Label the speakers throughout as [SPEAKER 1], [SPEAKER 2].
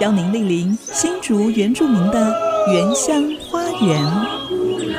[SPEAKER 1] 邀您莅临新竹原住民的原乡花园。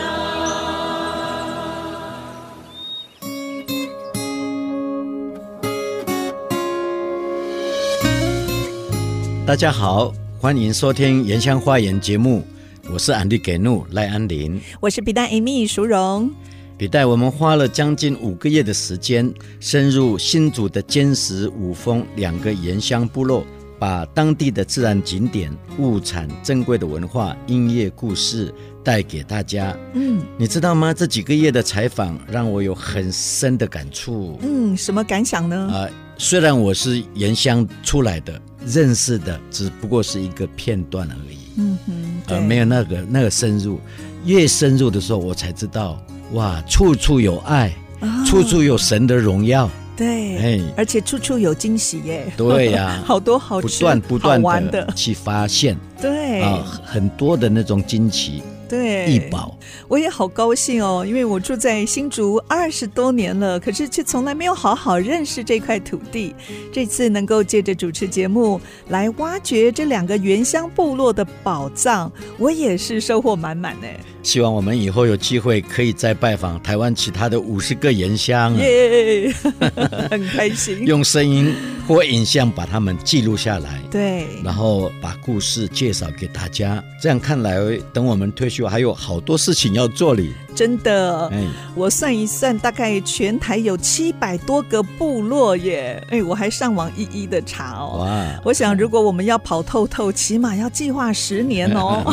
[SPEAKER 2] 大家好，欢迎收听《原乡花园》节目，我是安迪给怒赖安林。
[SPEAKER 1] 我是皮蛋 Amy 淑荣，
[SPEAKER 2] 笔袋我们花了将近五个月的时间，深入新竹的坚实、五峰两个原乡部落，把当地的自然景点、物产、珍贵的文化、音乐、故事带给大家。
[SPEAKER 1] 嗯
[SPEAKER 2] 你知道吗？这几个月的采访让我有很深的感触。
[SPEAKER 1] 嗯，什么感想呢？
[SPEAKER 2] 啊、虽然我是原乡出来的，认识的只不过是一个片段而已。
[SPEAKER 1] 嗯哼，
[SPEAKER 2] 呃，没
[SPEAKER 1] 有，
[SPEAKER 2] 有那个那个深入，越深入的时候，我才知道，哇，处处有爱，
[SPEAKER 1] 啊
[SPEAKER 2] 处处有神的荣耀，
[SPEAKER 1] 对，
[SPEAKER 2] 哎，
[SPEAKER 1] 而且处处有惊喜耶，
[SPEAKER 2] 对呀
[SPEAKER 1] 好多好
[SPEAKER 2] 不
[SPEAKER 1] 吃、
[SPEAKER 2] 断不断
[SPEAKER 1] 好玩
[SPEAKER 2] 的
[SPEAKER 1] 的，
[SPEAKER 2] 去发现
[SPEAKER 1] 对、
[SPEAKER 2] 啊，很多的那种惊奇
[SPEAKER 1] 对，
[SPEAKER 2] 异宝，
[SPEAKER 1] 我也好高兴哦，因为我住在新竹二十多年了，可是却从来没有好好认识这块土地。这次能够借着主持节目来挖掘这两个原乡部落的宝藏，我也是收获满满呢。
[SPEAKER 2] 希望我们以后有机会可以再拜访台湾其他的五十个原乡啊，
[SPEAKER 1] 耶、 很开心。
[SPEAKER 2] 用声音或影像把它们记录下来。
[SPEAKER 1] 对，
[SPEAKER 2] 然后把故事介绍给大家，这样看来，等我们退休还有好多事情要做哩。
[SPEAKER 1] 真的，
[SPEAKER 2] 哎，
[SPEAKER 1] 我算一算，大概全台有七百多个部落耶。哎，我还上网一一的查哦。
[SPEAKER 2] 哇！
[SPEAKER 1] 我想，如果我们要跑透透，起码要计划十年 哦。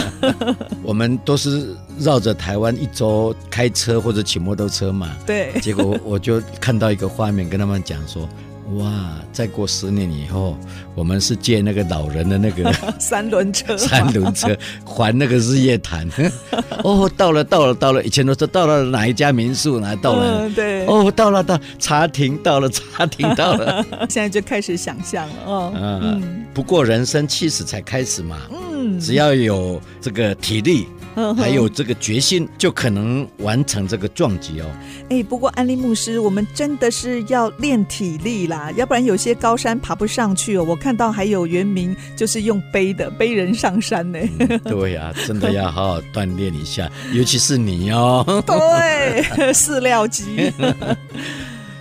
[SPEAKER 2] 我们都是绕着台湾一周开车或者骑摩托 车嘛，
[SPEAKER 1] 对，
[SPEAKER 2] 结果我就看到一个画面，跟他们讲说，哇，再过十年以后，我们是借那个老人的那个
[SPEAKER 1] 三轮车，
[SPEAKER 2] 三轮车还那个日 月潭。哦，到了，到了，到了，以前都说到了哪一家民宿，哪到了。
[SPEAKER 1] 嗯，对，
[SPEAKER 2] 哦，到了到茶亭到了茶亭到 了，
[SPEAKER 1] 现在就开始想象了哦，
[SPEAKER 2] 嗯，不过人生七十才开始嘛，
[SPEAKER 1] 嗯，
[SPEAKER 2] 只要有这个体力，
[SPEAKER 1] 嗯
[SPEAKER 2] 还有这个决心，就可能完成这个壮举哦。
[SPEAKER 1] 哎，不过安利牧师，我们真的是要练体力啦，要不然有些高山爬不上去哦。我看到还有原民就是用背的背人上山 呢，
[SPEAKER 2] 嗯对呀、真的要好好锻炼一下， 尤其是你哦。
[SPEAKER 1] 对， 饲料鸡，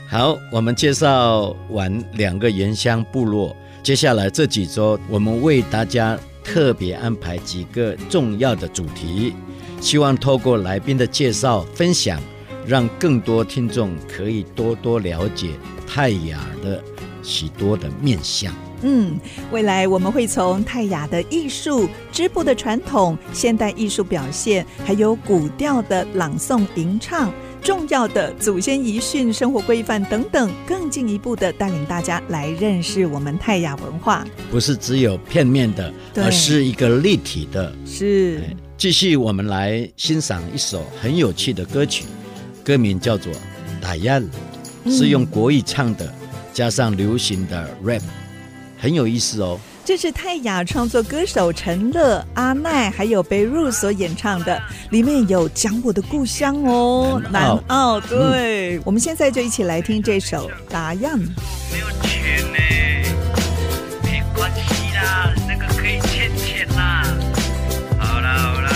[SPEAKER 2] 好，我们介绍完两个原乡部落，接下来这几周我们为大家特别安排几个重要的主题，希望透过来宾的介绍分享，让更多听众可以多多了解泰雅的许多的面相。
[SPEAKER 1] 嗯，未来我们会从泰雅的艺术、织布的传统、现代艺术表现，还有古调的朗诵吟唱。重要的祖先遗训、生活规范等等，更进一步的带领大家来认识我们泰雅文化。
[SPEAKER 2] 不是只有片面的，
[SPEAKER 1] 对
[SPEAKER 2] 而是一个立体的。
[SPEAKER 1] 是
[SPEAKER 2] 哎继续，我们来欣赏一首很有趣的歌曲，歌名叫做《打样》，是用国语唱的，加上流行的 rap，很有意思哦。
[SPEAKER 1] 这是泰雅创作歌手陈乐、阿奈还有贝入所演唱的，里面有讲我的故乡哦，
[SPEAKER 2] 南澳
[SPEAKER 1] 澳。嗯对，我们现在就一起来听这首《打样》。
[SPEAKER 3] 没有钱呢，没关系啦，那个可以欠钱啦。好啦好啦，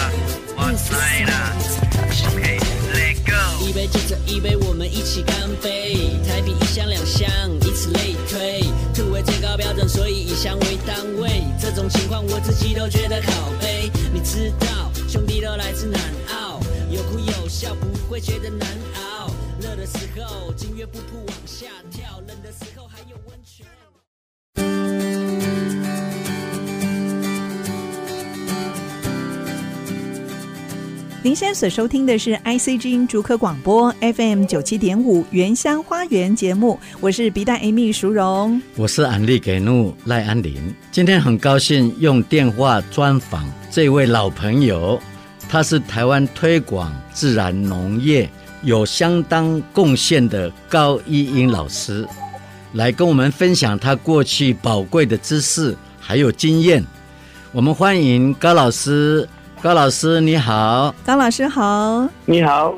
[SPEAKER 3] 我猜啦。OK，Let go。
[SPEAKER 4] 一杯接着一杯，我们一起干杯。台啤一箱两箱，以此类推。土为最高标准，所以以箱为单位。这种情况我自己都觉得好悲。你知道，兄弟都来自南澳，有哭有笑，不会觉得难熬。热的时候，金月步步往下跳；冷的时候，还有温泉。
[SPEAKER 1] 您现在所收听的是 IC 之音竹科广播 FM 九七点五原乡花园节目，我是鼻蛋 Amy 淑荣。
[SPEAKER 2] 我是安利给怒赖安林，今天很高兴用电话专访这位老朋友，他是台湾推广自然农业有相当贡献的高一英老师，来跟我们分享他过去宝贵的知识还有经验。我们欢迎高老师，高老师你好，
[SPEAKER 1] 高老师好，
[SPEAKER 5] 你好，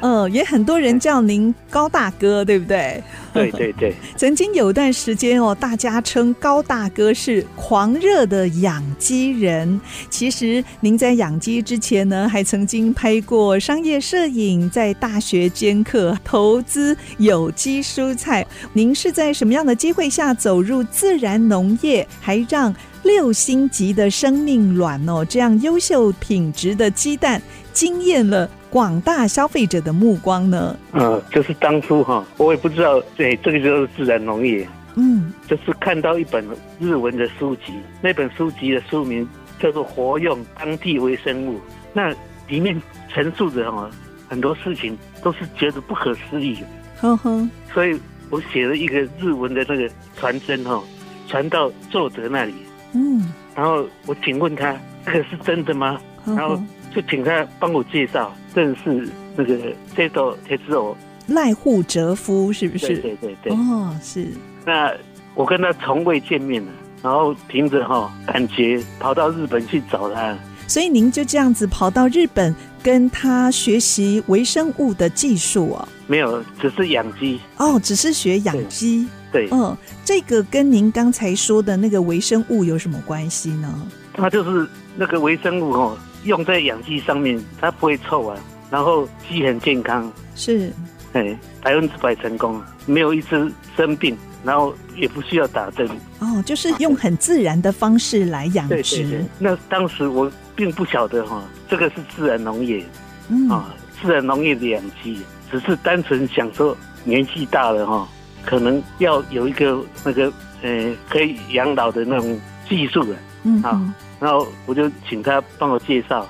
[SPEAKER 1] 呃，也很多人叫您高大哥，对不对？
[SPEAKER 5] 对对对，
[SPEAKER 1] 曾经有一段时间哦，大家称高大哥是狂热的养鸡人。其实您在养鸡之前呢，还曾经拍过商业摄影，在大学兼课投资有机蔬菜。您是在什么样的机会下走入自然农业，还让六星级的生命卵哦这样优秀品质的鸡蛋惊艳了广大消费者的目光呢？
[SPEAKER 5] 呃，就是当初哈，我也不知道，对，这个就是自然农业，
[SPEAKER 1] 嗯，
[SPEAKER 5] 就是看到一本日文的书籍，那本书籍的书名叫做《活用当地微生物》，那里面陈述着哈很多事情都是觉得不可思议，
[SPEAKER 1] 呵呵，
[SPEAKER 5] 所以我写了一个日文的那个传真哈，传到作者那里，
[SPEAKER 1] 嗯，
[SPEAKER 5] 然后我请问他这个是真的吗？
[SPEAKER 1] 呵
[SPEAKER 5] 然后
[SPEAKER 1] 呵。
[SPEAKER 5] 就请他帮我介绍认识那个这道铁之偶，
[SPEAKER 1] 赖户哲夫是不
[SPEAKER 5] 对
[SPEAKER 1] 是？
[SPEAKER 5] 对对对。
[SPEAKER 1] 哦，是，
[SPEAKER 5] 那我跟他从未见面了，然后凭着哈、感觉跑到日本去找他。
[SPEAKER 1] 所以您就这样子跑到日本跟他学习微生物的技术哦。
[SPEAKER 5] 没有，只是养鸡。
[SPEAKER 1] 哦，只是学养鸡，
[SPEAKER 5] 对，
[SPEAKER 1] 嗯，这个跟您刚才说的那个微生物有什么关系呢？
[SPEAKER 5] 它就是那个微生物哦，用在养鸡上面，它不会臭啊，然后鸡很健康，
[SPEAKER 1] 是，
[SPEAKER 5] 哎，百分之百成功，没有一只生病，然后也不需要打针。
[SPEAKER 1] 哦，就是用很自然的方式来养
[SPEAKER 5] 对对对
[SPEAKER 1] 殖，，
[SPEAKER 5] 那当时我并不晓得哈、这个是自然农业。
[SPEAKER 1] 嗯，
[SPEAKER 5] 啊，自然农业的养鸡，只是单纯想说年纪大了哈，可能要有一个那个呃可以养老的那种技术了。
[SPEAKER 1] 嗯
[SPEAKER 5] 好
[SPEAKER 1] 嗯
[SPEAKER 5] 然后我就请他帮我介绍，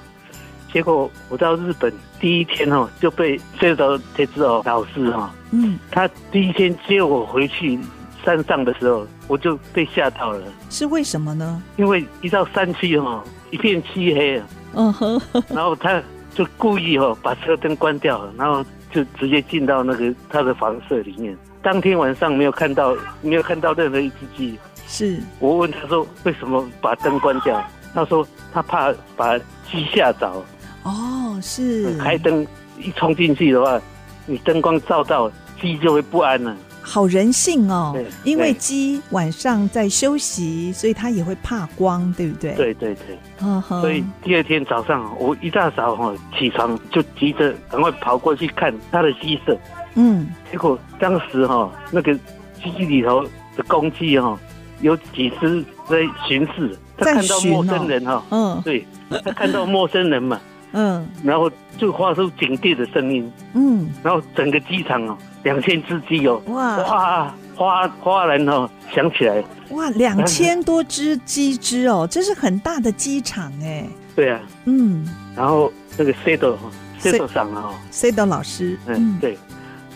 [SPEAKER 5] 结果我到日本第一天哦，就被这个这只哦老师哈、
[SPEAKER 1] 嗯，
[SPEAKER 5] 他第一天接我回去山上的时候，我就被吓到了，
[SPEAKER 1] 是为什么呢？
[SPEAKER 5] 因为一到山区哈、哦，一片漆黑啊，
[SPEAKER 1] 嗯哼，
[SPEAKER 5] 然后他就故意哦把车灯关掉，然后就直接进到那个他的房舍里面。当天晚上没有看到没有看到任何一只鸡。
[SPEAKER 1] 是，
[SPEAKER 5] 我问他说为什么把灯关掉？他说他怕把鸡吓着，嗯
[SPEAKER 1] 哦，是，
[SPEAKER 5] 开灯一冲进去的话，你灯光照到鸡就会不安了。
[SPEAKER 1] 好人性哦
[SPEAKER 5] 对，
[SPEAKER 1] 因为
[SPEAKER 5] 对
[SPEAKER 1] 鸡晚上在休息，所以它也会怕光，对不对？，嗯
[SPEAKER 5] 对对对，
[SPEAKER 1] 呵呵
[SPEAKER 5] 所以第二天早上我一大早哈起床就急着赶快跑过去看他的鸡舍，
[SPEAKER 1] 嗯，
[SPEAKER 5] 结果当时哈、那个机里头的公鸡哈、有几只在巡视，他
[SPEAKER 1] 在
[SPEAKER 5] 看到
[SPEAKER 1] 巡哦
[SPEAKER 5] 陌生人哈、
[SPEAKER 1] 嗯
[SPEAKER 5] 对，他看到陌生人嘛，
[SPEAKER 1] 嗯
[SPEAKER 5] 然后就发出警戒的声音，
[SPEAKER 1] 嗯，
[SPEAKER 5] 然后整个机场哦，两千只鸡哦，
[SPEAKER 1] 哇
[SPEAKER 5] 哇，哗哗然哦，响起来，
[SPEAKER 1] 哇，两千多只鸡只哦，这是很大的鸡场哎。
[SPEAKER 5] 对啊，
[SPEAKER 1] 嗯
[SPEAKER 5] 然后那个 C 斗 C
[SPEAKER 1] 是
[SPEAKER 5] 斗上啊、哦，
[SPEAKER 1] ，C 的老师，
[SPEAKER 5] 嗯，对，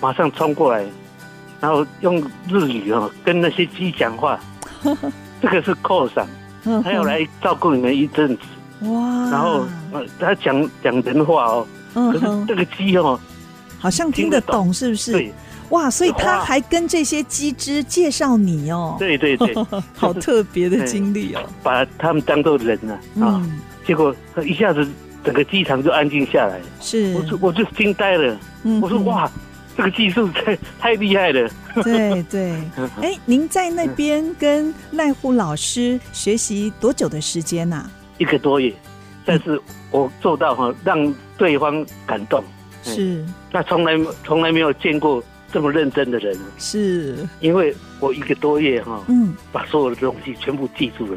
[SPEAKER 5] 马上冲过来，然后用日语哦跟那些鸡讲 话，这个是扣上。
[SPEAKER 1] 嗯
[SPEAKER 5] 他要来照顾你们一阵子，
[SPEAKER 1] 哼哇，
[SPEAKER 5] 然后呃他讲讲人话哦，可
[SPEAKER 1] 嗯
[SPEAKER 5] 是
[SPEAKER 1] 哼，
[SPEAKER 5] 这个鸡哦，
[SPEAKER 1] 好像听得懂是不是？
[SPEAKER 5] 对
[SPEAKER 1] 哇，所以他
[SPEAKER 5] 哇
[SPEAKER 1] 还跟这些鸡只介绍你哦，
[SPEAKER 5] 啊对对对，
[SPEAKER 1] 好特别的经历哦。
[SPEAKER 5] 把他们当做人了啊，
[SPEAKER 1] 嗯，
[SPEAKER 5] 结果他一下子整个机场就安静下来，
[SPEAKER 1] 是
[SPEAKER 5] 我，就我就惊呆了，
[SPEAKER 1] 嗯
[SPEAKER 5] 我说
[SPEAKER 1] 哼
[SPEAKER 5] 哇，这个技术太太厉害了，
[SPEAKER 1] 对对，哎，您在那边跟赖户老师学习多久的时间啊呐、
[SPEAKER 5] 一个多月，
[SPEAKER 1] 嗯
[SPEAKER 5] 但是我做到哈，让对方感动，嗯
[SPEAKER 1] 是
[SPEAKER 5] 那从来从来没有见过这么认真的人，啊
[SPEAKER 1] 是，
[SPEAKER 5] 因为我一个多月哈，
[SPEAKER 1] 嗯，
[SPEAKER 5] 把所有的东西全部记住了。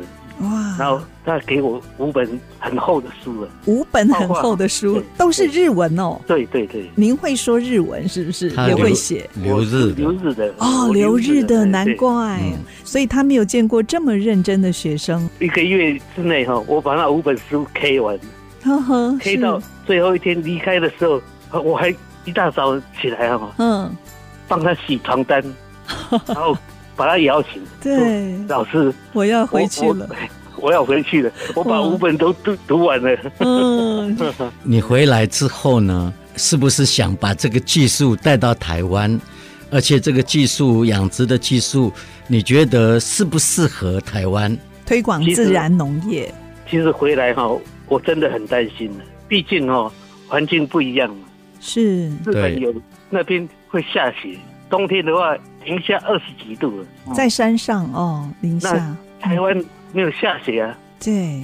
[SPEAKER 5] 然后
[SPEAKER 1] 哇，
[SPEAKER 5] 他给我五本很厚的书了。
[SPEAKER 1] 五本很厚的书
[SPEAKER 5] 画画对
[SPEAKER 1] 都是日文哦。
[SPEAKER 5] 对对对，
[SPEAKER 1] 您会说日文是不是？
[SPEAKER 2] 他
[SPEAKER 1] 也
[SPEAKER 2] 有
[SPEAKER 1] 会写
[SPEAKER 2] 留
[SPEAKER 5] 我
[SPEAKER 2] 日
[SPEAKER 5] 是
[SPEAKER 2] 的
[SPEAKER 5] 留日的
[SPEAKER 1] 哦，
[SPEAKER 5] 我
[SPEAKER 1] 留日的，
[SPEAKER 5] 对
[SPEAKER 1] 难
[SPEAKER 5] 对
[SPEAKER 1] 怪
[SPEAKER 2] 嗯。
[SPEAKER 1] 所以他没有见过这么认真的学生，
[SPEAKER 5] 一个月之内哈，我把那五本书 K 完
[SPEAKER 1] 呵呵，
[SPEAKER 5] ，K
[SPEAKER 1] 是
[SPEAKER 5] 到最后一天离开的时候，我还一大早起来哈，
[SPEAKER 1] 嗯，
[SPEAKER 5] 帮他洗 床单，然后把他摇醒，说
[SPEAKER 1] 对，
[SPEAKER 5] 老师，
[SPEAKER 1] 我要回去
[SPEAKER 5] 我
[SPEAKER 1] 了。
[SPEAKER 5] 我我要回去了，我把
[SPEAKER 1] 嗯
[SPEAKER 5] 五本都读读完了。
[SPEAKER 1] 嗯，
[SPEAKER 2] 你回来之后呢，是不是想把这个技术带到台湾？而且这个技术养殖的技术，你觉得适不适合台湾？
[SPEAKER 1] 推广
[SPEAKER 5] 其实
[SPEAKER 1] 自然农业，
[SPEAKER 5] 其实回来哈、我真的很担心了，毕竟哦，环境不一样嘛。
[SPEAKER 1] 是
[SPEAKER 5] 日
[SPEAKER 2] 对
[SPEAKER 5] 本有那边会下雪，冬天的话零下二十几度了。哦
[SPEAKER 1] 在山上哦，零下
[SPEAKER 5] 那，台湾没有下雪啊，
[SPEAKER 1] 嗯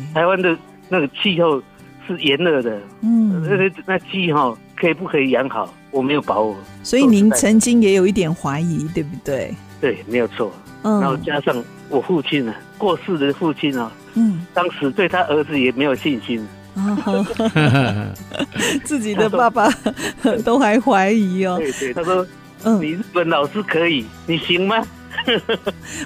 [SPEAKER 1] 对，
[SPEAKER 5] 台湾的那个气候是炎热的，那
[SPEAKER 1] 嗯，
[SPEAKER 5] 那那鸡哈、可以不可以养好，我没有把握。
[SPEAKER 1] 所以您曾经也有一点怀疑，对不对？
[SPEAKER 5] 对，没有错。然后
[SPEAKER 1] 嗯
[SPEAKER 5] 加上我父亲呢、啊，过世的父亲啊，
[SPEAKER 1] 嗯
[SPEAKER 5] 当时对他儿子也没有信心。
[SPEAKER 1] 啊，好 自己的爸 爸都还怀疑哦，
[SPEAKER 5] 对对，他说
[SPEAKER 1] 嗯
[SPEAKER 5] 你。日本老师可以，你行吗？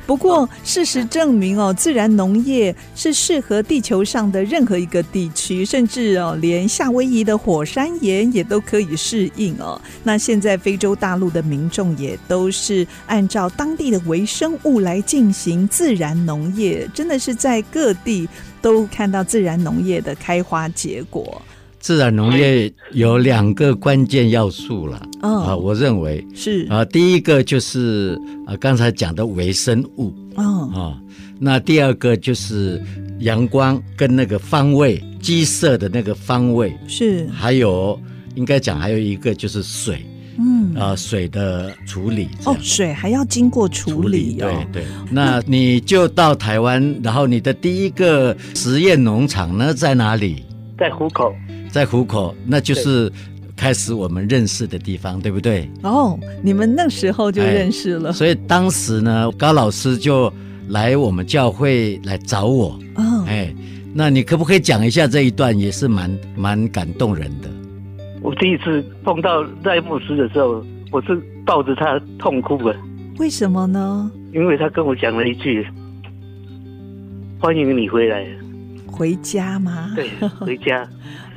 [SPEAKER 1] 不过，事实证明哦，自然农业是适合地球上的任何一个地区，甚至哦，连夏威夷的火山岩也都可以适应哦。那现在非洲大陆的民众也都是按照当地的微生物来进行自然农业，真的是在各地都看到自然农业的开花结果。
[SPEAKER 2] 自然农业有两个关键要素了、
[SPEAKER 1] 嗯
[SPEAKER 2] 啊，我认为
[SPEAKER 1] 是，
[SPEAKER 2] 啊，第一个就是啊刚才讲的微生物
[SPEAKER 1] 嗯，
[SPEAKER 2] 啊，那第二个就是阳光跟那个方位鸡舍的那个方位，
[SPEAKER 1] 是，
[SPEAKER 2] 还有应该讲还有一个就是水
[SPEAKER 1] 嗯，
[SPEAKER 2] 啊、水的处理这
[SPEAKER 1] 哦
[SPEAKER 2] 样，
[SPEAKER 1] 水还要经过处理哦，
[SPEAKER 2] 对对，那你就到台湾，然后你的第一个实验农场呢在哪里？
[SPEAKER 5] 在虎口，
[SPEAKER 2] 在虎口，那就是开始我们认识的地方，对不对？
[SPEAKER 1] 哦，你们那时候就
[SPEAKER 2] 哎
[SPEAKER 1] 认识了，
[SPEAKER 2] 所以当时呢，高老师就来我们教会来找我，
[SPEAKER 1] 嗯。
[SPEAKER 2] 哎，那你可不可以讲一下这一段，也是蛮蛮感动人的。
[SPEAKER 5] 我第一次碰到赖牧师的时候，我是抱着他痛哭啊的，
[SPEAKER 1] 为什么呢？
[SPEAKER 5] 因为他跟我讲了一句：“欢迎你回来。
[SPEAKER 1] 回家”吗？
[SPEAKER 5] 对，回家。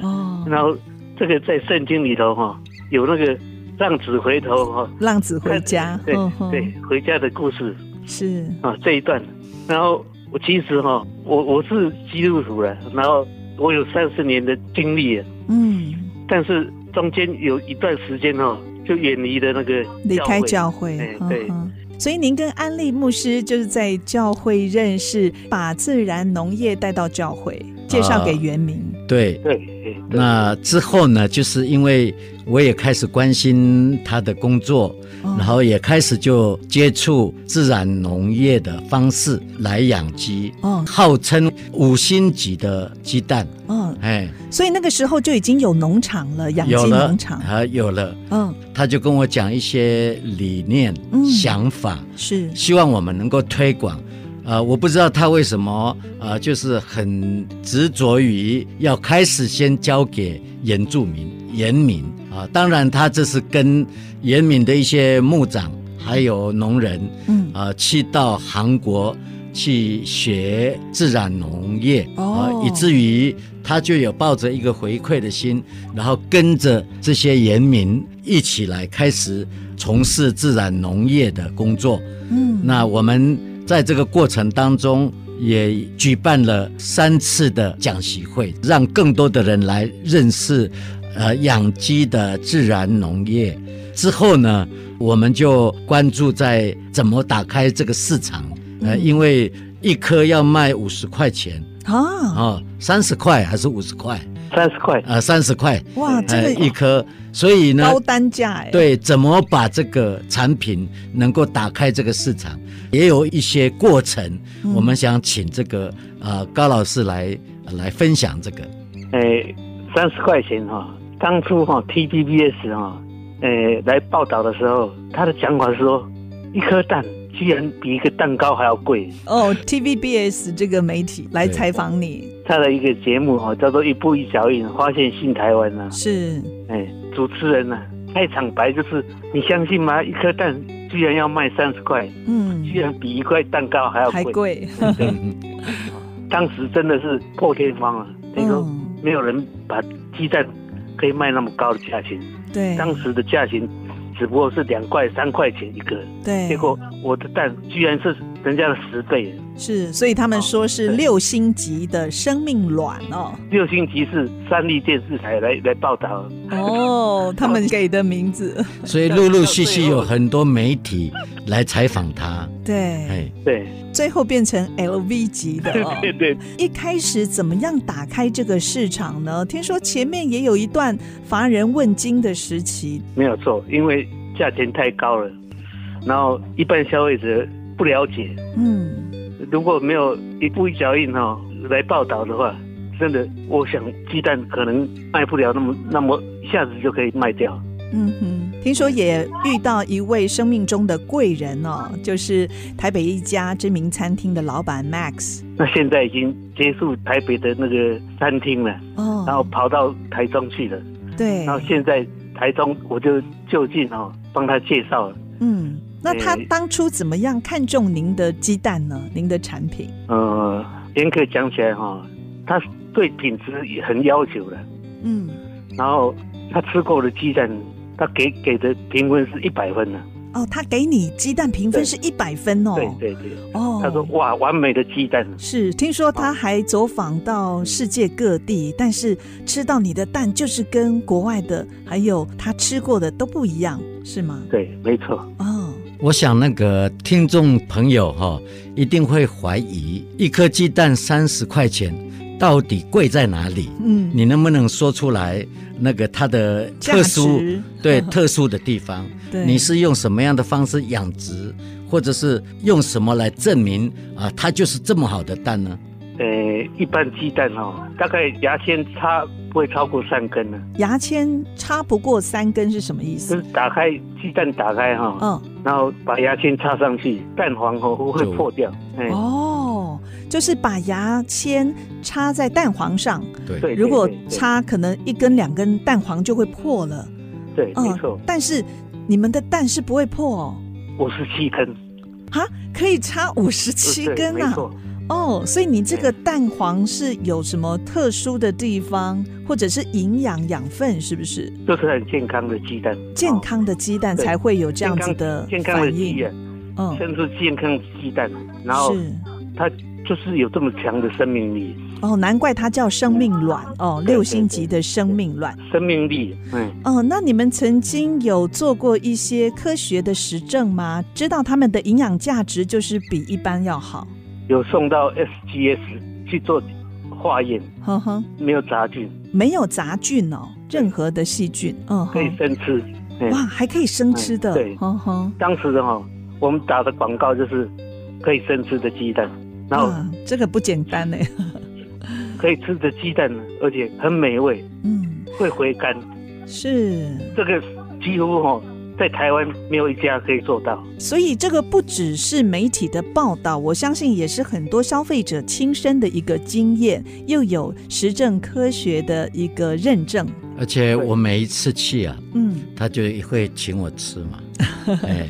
[SPEAKER 1] 哦，
[SPEAKER 5] 然后这个在圣经里头哈、有那个浪子回头哈、
[SPEAKER 1] 浪子回家，
[SPEAKER 5] 对
[SPEAKER 1] 嗯哼
[SPEAKER 5] 对，回家的故事
[SPEAKER 1] 是，
[SPEAKER 5] 啊这一段。然后我其实哈、我我是基督徒了，然后我有三十年的经历了，
[SPEAKER 1] 嗯，
[SPEAKER 5] 但是中间有一段时间哦，就远离了那个
[SPEAKER 1] 离开
[SPEAKER 5] 会
[SPEAKER 1] 教会，
[SPEAKER 5] 哎
[SPEAKER 1] 嗯
[SPEAKER 5] 对
[SPEAKER 1] 哼所以您跟安利牧师就是在教会认识，把自然农业带到教会，介绍给原民。
[SPEAKER 2] 对，
[SPEAKER 5] 对，对
[SPEAKER 2] 那之后呢，就是因为我也开始关心他的工作，
[SPEAKER 1] 哦
[SPEAKER 2] 啊然后也开始就接触自然农业的方式来养鸡，
[SPEAKER 1] 哦
[SPEAKER 2] 号称五星级的鸡蛋，
[SPEAKER 1] 嗯，
[SPEAKER 2] 哎，
[SPEAKER 1] 所以那个时候就已经有农场了，养
[SPEAKER 2] 有
[SPEAKER 1] 鸡
[SPEAKER 2] 了
[SPEAKER 1] 农场，
[SPEAKER 2] 啊，有了。
[SPEAKER 1] 嗯，
[SPEAKER 2] 他就跟我讲一些理念、
[SPEAKER 1] 嗯
[SPEAKER 2] 想法，
[SPEAKER 1] 是，
[SPEAKER 2] 希望我们能够推广。呃，我不知道他为什么，呃，就是很执着于要开始先交给原住民、原民啊、当然，他这是跟原民的一些牧长还有农人
[SPEAKER 1] 嗯，
[SPEAKER 2] 啊、去到韩国去学自然农业啊、
[SPEAKER 1] 哦
[SPEAKER 2] 以至于他就有抱着一个回馈的心，然后跟着这些原民一起来开始从事自然农业的工作。
[SPEAKER 1] 嗯，
[SPEAKER 2] 那我们在这个过程当中。也举办了三次的讲习会，让更多的人来认识，呃，养鸡的自然农业。之后呢，我们就关注在怎么打开这个市场。呃，
[SPEAKER 1] 嗯
[SPEAKER 2] 因为一颗要卖五十块钱
[SPEAKER 1] 啊，
[SPEAKER 2] 啊，三、十块还是五十块？
[SPEAKER 5] 三十块，
[SPEAKER 2] 呃，三十块，
[SPEAKER 1] 哇，这
[SPEAKER 2] 呃，
[SPEAKER 1] 个
[SPEAKER 2] 一颗。所以呢，
[SPEAKER 1] 高单价哎，，
[SPEAKER 2] 对，怎么把这个产品能够打开这个市场，也有一些过程。
[SPEAKER 1] 嗯
[SPEAKER 2] 我们想请这个呃高老师来呃来分享 这个。
[SPEAKER 5] 哎，三十块钱哈、当初哈、TVBS 哈、哎来报道的时候，他的讲法是说，一颗蛋居然比一个蛋糕还要贵。
[SPEAKER 1] 哦，TVBS 这个媒体来
[SPEAKER 2] 对
[SPEAKER 1] 采访你，
[SPEAKER 5] 他的一个节目哈、叫做《一步一脚印，发现新台湾》啊。
[SPEAKER 1] 是，
[SPEAKER 5] 哎，主持人呢、开场白就是：你相信吗？一颗蛋居然要卖三十块，
[SPEAKER 1] 嗯，
[SPEAKER 5] 居然比一块蛋糕还要
[SPEAKER 1] 还
[SPEAKER 5] 贵。
[SPEAKER 1] 贵，
[SPEAKER 5] 当时真的是破天荒啊！听说
[SPEAKER 1] 嗯，
[SPEAKER 5] 没有人把鸡蛋可以卖那么高的价钱，
[SPEAKER 1] 对，
[SPEAKER 5] 当时的价钱只不过是两块三块钱一个，
[SPEAKER 1] 对，
[SPEAKER 5] 结果我的蛋居然是人家的十倍。
[SPEAKER 1] 是，所以他们说是六星级的生命卵哦。
[SPEAKER 5] 六星级是三立电视台来来报道，
[SPEAKER 1] 哦， 他们给的名字，
[SPEAKER 2] 所以陆陆续续有很多媒体来采访他，
[SPEAKER 1] 对，
[SPEAKER 2] 哎，
[SPEAKER 5] 对
[SPEAKER 1] 最后变成 LV 级的哦。
[SPEAKER 5] 对对，
[SPEAKER 1] 一开始怎么样打开这个市场呢？听说前面也有一段乏人问津的时期，
[SPEAKER 5] 没有错，因为价钱太高了，然后一般消费者不了解，
[SPEAKER 1] 嗯，
[SPEAKER 5] 如果没有一步一脚印哦来报道的话，真的，我想鸡蛋可能卖不了那么那么一下子就可以卖掉。
[SPEAKER 1] 嗯哼，听说也遇到一位生命中的贵人哦，就是台北一家知名餐厅的老板 Max
[SPEAKER 5] 那现在已经结束台北的那个餐厅了，然后
[SPEAKER 1] 哦，
[SPEAKER 5] 跑到台中去了，
[SPEAKER 1] 对
[SPEAKER 5] 然，后现在台中我就就近哦帮他介绍了。
[SPEAKER 1] 嗯，那他
[SPEAKER 5] 诶
[SPEAKER 1] 当初怎么样看中您的鸡蛋呢？您的产品？
[SPEAKER 5] 呃，严格讲起来哈、他对品质也很要求的，
[SPEAKER 1] 嗯，
[SPEAKER 5] 然后他吃过的鸡蛋，他给给的评分是一百分呢、
[SPEAKER 1] 哦，他给你鸡蛋评分
[SPEAKER 5] 对
[SPEAKER 1] 是一百分哦，
[SPEAKER 5] 对对对，
[SPEAKER 1] 哦，
[SPEAKER 5] 他说哇，完美的鸡蛋。
[SPEAKER 1] 是，听说他还走访到世界各地，但是吃到你的蛋就是跟国外的还有他吃过的都不一样，是吗？
[SPEAKER 5] 对，没错。
[SPEAKER 1] 哦，
[SPEAKER 2] 我想那个听众朋友哈、一定会怀疑一颗鸡蛋三十块钱到底贵在哪里？
[SPEAKER 1] 嗯，
[SPEAKER 2] 你能不能说出来那个它的
[SPEAKER 1] 价
[SPEAKER 2] 特殊
[SPEAKER 1] 值
[SPEAKER 2] 对特殊的地方？
[SPEAKER 1] 对，
[SPEAKER 2] 你是用什么样的方式养殖，或者是用什么来证明啊它就是这么好的蛋呢？
[SPEAKER 5] 呃，一般鸡蛋哦，大概牙签差不会超过三根呢、
[SPEAKER 1] 牙签插不过三根是什么意
[SPEAKER 5] 就
[SPEAKER 1] 思
[SPEAKER 5] 是？打开鸡蛋打开哈、
[SPEAKER 1] 嗯，
[SPEAKER 5] 然后把牙签插上去，蛋黄哦会
[SPEAKER 2] 就
[SPEAKER 5] 破掉。哎、
[SPEAKER 1] 哦，就是把牙签插在蛋黄上，
[SPEAKER 2] 对
[SPEAKER 5] 对，
[SPEAKER 1] 如果
[SPEAKER 5] 对对
[SPEAKER 1] 插可能一根两根蛋黄就会破了，
[SPEAKER 5] 对，
[SPEAKER 1] 嗯
[SPEAKER 5] 没错，
[SPEAKER 1] 但是你们的蛋是不会破哦，
[SPEAKER 5] 五十七根，呃
[SPEAKER 1] 哈，可以插五十七
[SPEAKER 5] 对
[SPEAKER 1] 根
[SPEAKER 5] 没
[SPEAKER 1] 啊。
[SPEAKER 5] 错，
[SPEAKER 1] 哦，所以你这个蛋黄是有什么特殊的地方，或者是营养养分，是不是？
[SPEAKER 5] 就是很健康的鸡蛋，
[SPEAKER 1] 健
[SPEAKER 5] 哦
[SPEAKER 1] 康的鸡蛋
[SPEAKER 5] 对
[SPEAKER 1] 才会有这样子的
[SPEAKER 5] 健康的
[SPEAKER 1] 反
[SPEAKER 5] 鸡
[SPEAKER 1] 应
[SPEAKER 5] 啊，，
[SPEAKER 1] 嗯，
[SPEAKER 5] 甚至健康的鸡蛋，然后
[SPEAKER 1] 是
[SPEAKER 5] 它就是有这么强的生命力，
[SPEAKER 1] 哦，难怪它叫生命卵哦，
[SPEAKER 5] 对
[SPEAKER 1] 六星级的生命卵。
[SPEAKER 5] 生命力，嗯，
[SPEAKER 1] 哦，那你们曾经有做过一些科学的实证吗？知道它们的营养价值就是比一般要好。
[SPEAKER 5] 有送到 SGS 去做化验，
[SPEAKER 1] 哼哼，
[SPEAKER 5] 没有杂菌，
[SPEAKER 1] 没有杂菌哦，任何的细菌。嗯
[SPEAKER 5] 可以
[SPEAKER 1] 哼，
[SPEAKER 5] 生吃，嗯
[SPEAKER 1] 哇，还可以生吃的
[SPEAKER 5] 嗯对。
[SPEAKER 1] 哼哼。
[SPEAKER 5] 当时的哈、我们打的广告就是可以生吃的鸡蛋，然后
[SPEAKER 1] 啊，这个不简单呢。
[SPEAKER 5] 可以吃的鸡蛋呢，而且很美味，
[SPEAKER 1] 嗯，
[SPEAKER 5] 会回甘。
[SPEAKER 1] 是，
[SPEAKER 5] 这个几乎哈、在台湾没有一家可以做到。
[SPEAKER 1] 所以这个不只是媒体的报道，我相信也是很多消费者亲身的一个经验，又有实证科学的一个认证。
[SPEAKER 2] 而且我每一次去啊，
[SPEAKER 1] 嗯，
[SPEAKER 2] 他就会请我吃 嘛，哎，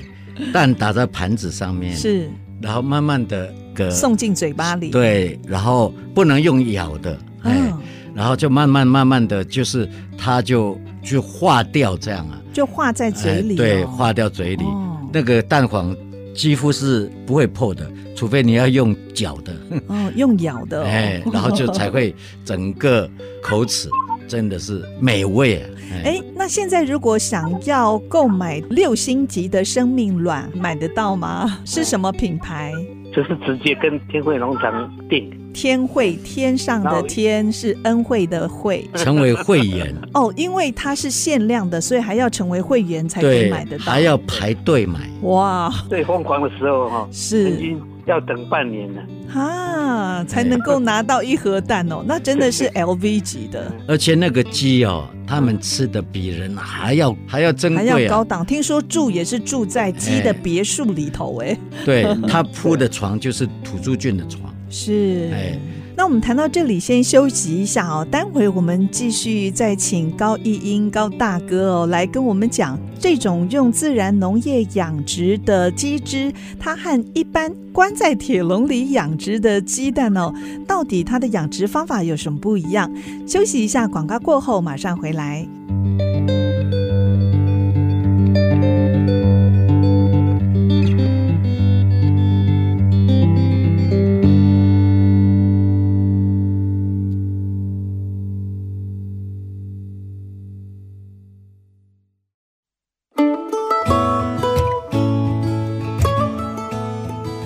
[SPEAKER 2] 蛋打在盘子上
[SPEAKER 5] 嗯
[SPEAKER 2] 面，
[SPEAKER 1] 是
[SPEAKER 2] 然后慢慢的个
[SPEAKER 1] 送进嘴巴里。，
[SPEAKER 2] 对，然后不能用咬的，哎，
[SPEAKER 1] 嗯，
[SPEAKER 2] 然后就慢慢慢慢的就是它就就化掉这样啊，
[SPEAKER 1] 就化在嘴里、哦
[SPEAKER 2] 哎对，化掉嘴里，
[SPEAKER 1] 哦
[SPEAKER 2] 那个蛋黄几乎是不会破的，除非你要用嚼的，
[SPEAKER 1] 哦，用咬的、哦，
[SPEAKER 2] 哎，然 后就才会整个口齿真的是美味啊，
[SPEAKER 1] 哎，那现在如果想要购买六星级的生命卵，买得到 吗？是什么品牌？
[SPEAKER 5] 就是直接跟天惠农场订，
[SPEAKER 1] 天惠，天上的天是恩惠的惠。
[SPEAKER 2] 成为会员，
[SPEAKER 1] 哦，因为它是限量的，所以还要成为会员 才可以
[SPEAKER 2] 对
[SPEAKER 1] 买得，到。
[SPEAKER 2] 还要排队买。
[SPEAKER 1] 哇，
[SPEAKER 5] 最疯狂的时候哈、曾
[SPEAKER 1] 是
[SPEAKER 5] 经要等半年了。
[SPEAKER 2] 嗯
[SPEAKER 1] 啊，才能够拿到一盒蛋
[SPEAKER 2] 哎
[SPEAKER 1] 哦，那真的 是 LV 级的，
[SPEAKER 2] 而且那个鸡哦，他们吃的比人还要还要珍
[SPEAKER 1] 还要
[SPEAKER 2] 贵啊哎
[SPEAKER 1] 高！档。听说住也是住在鸡的别墅里头，哎，
[SPEAKER 2] 对，他铺的床就是土著菌的床。
[SPEAKER 1] 是
[SPEAKER 2] 哎。
[SPEAKER 1] 那我们谈到这里，先休息一下哦。待会我们继续再请高一英高大哥哦来跟我们讲这种用自然农业养殖的鸡只，它和一般关在铁笼里养殖的鸡蛋哦，到底它的养殖方法有什么不一样？休息一下，广告过后马上回来。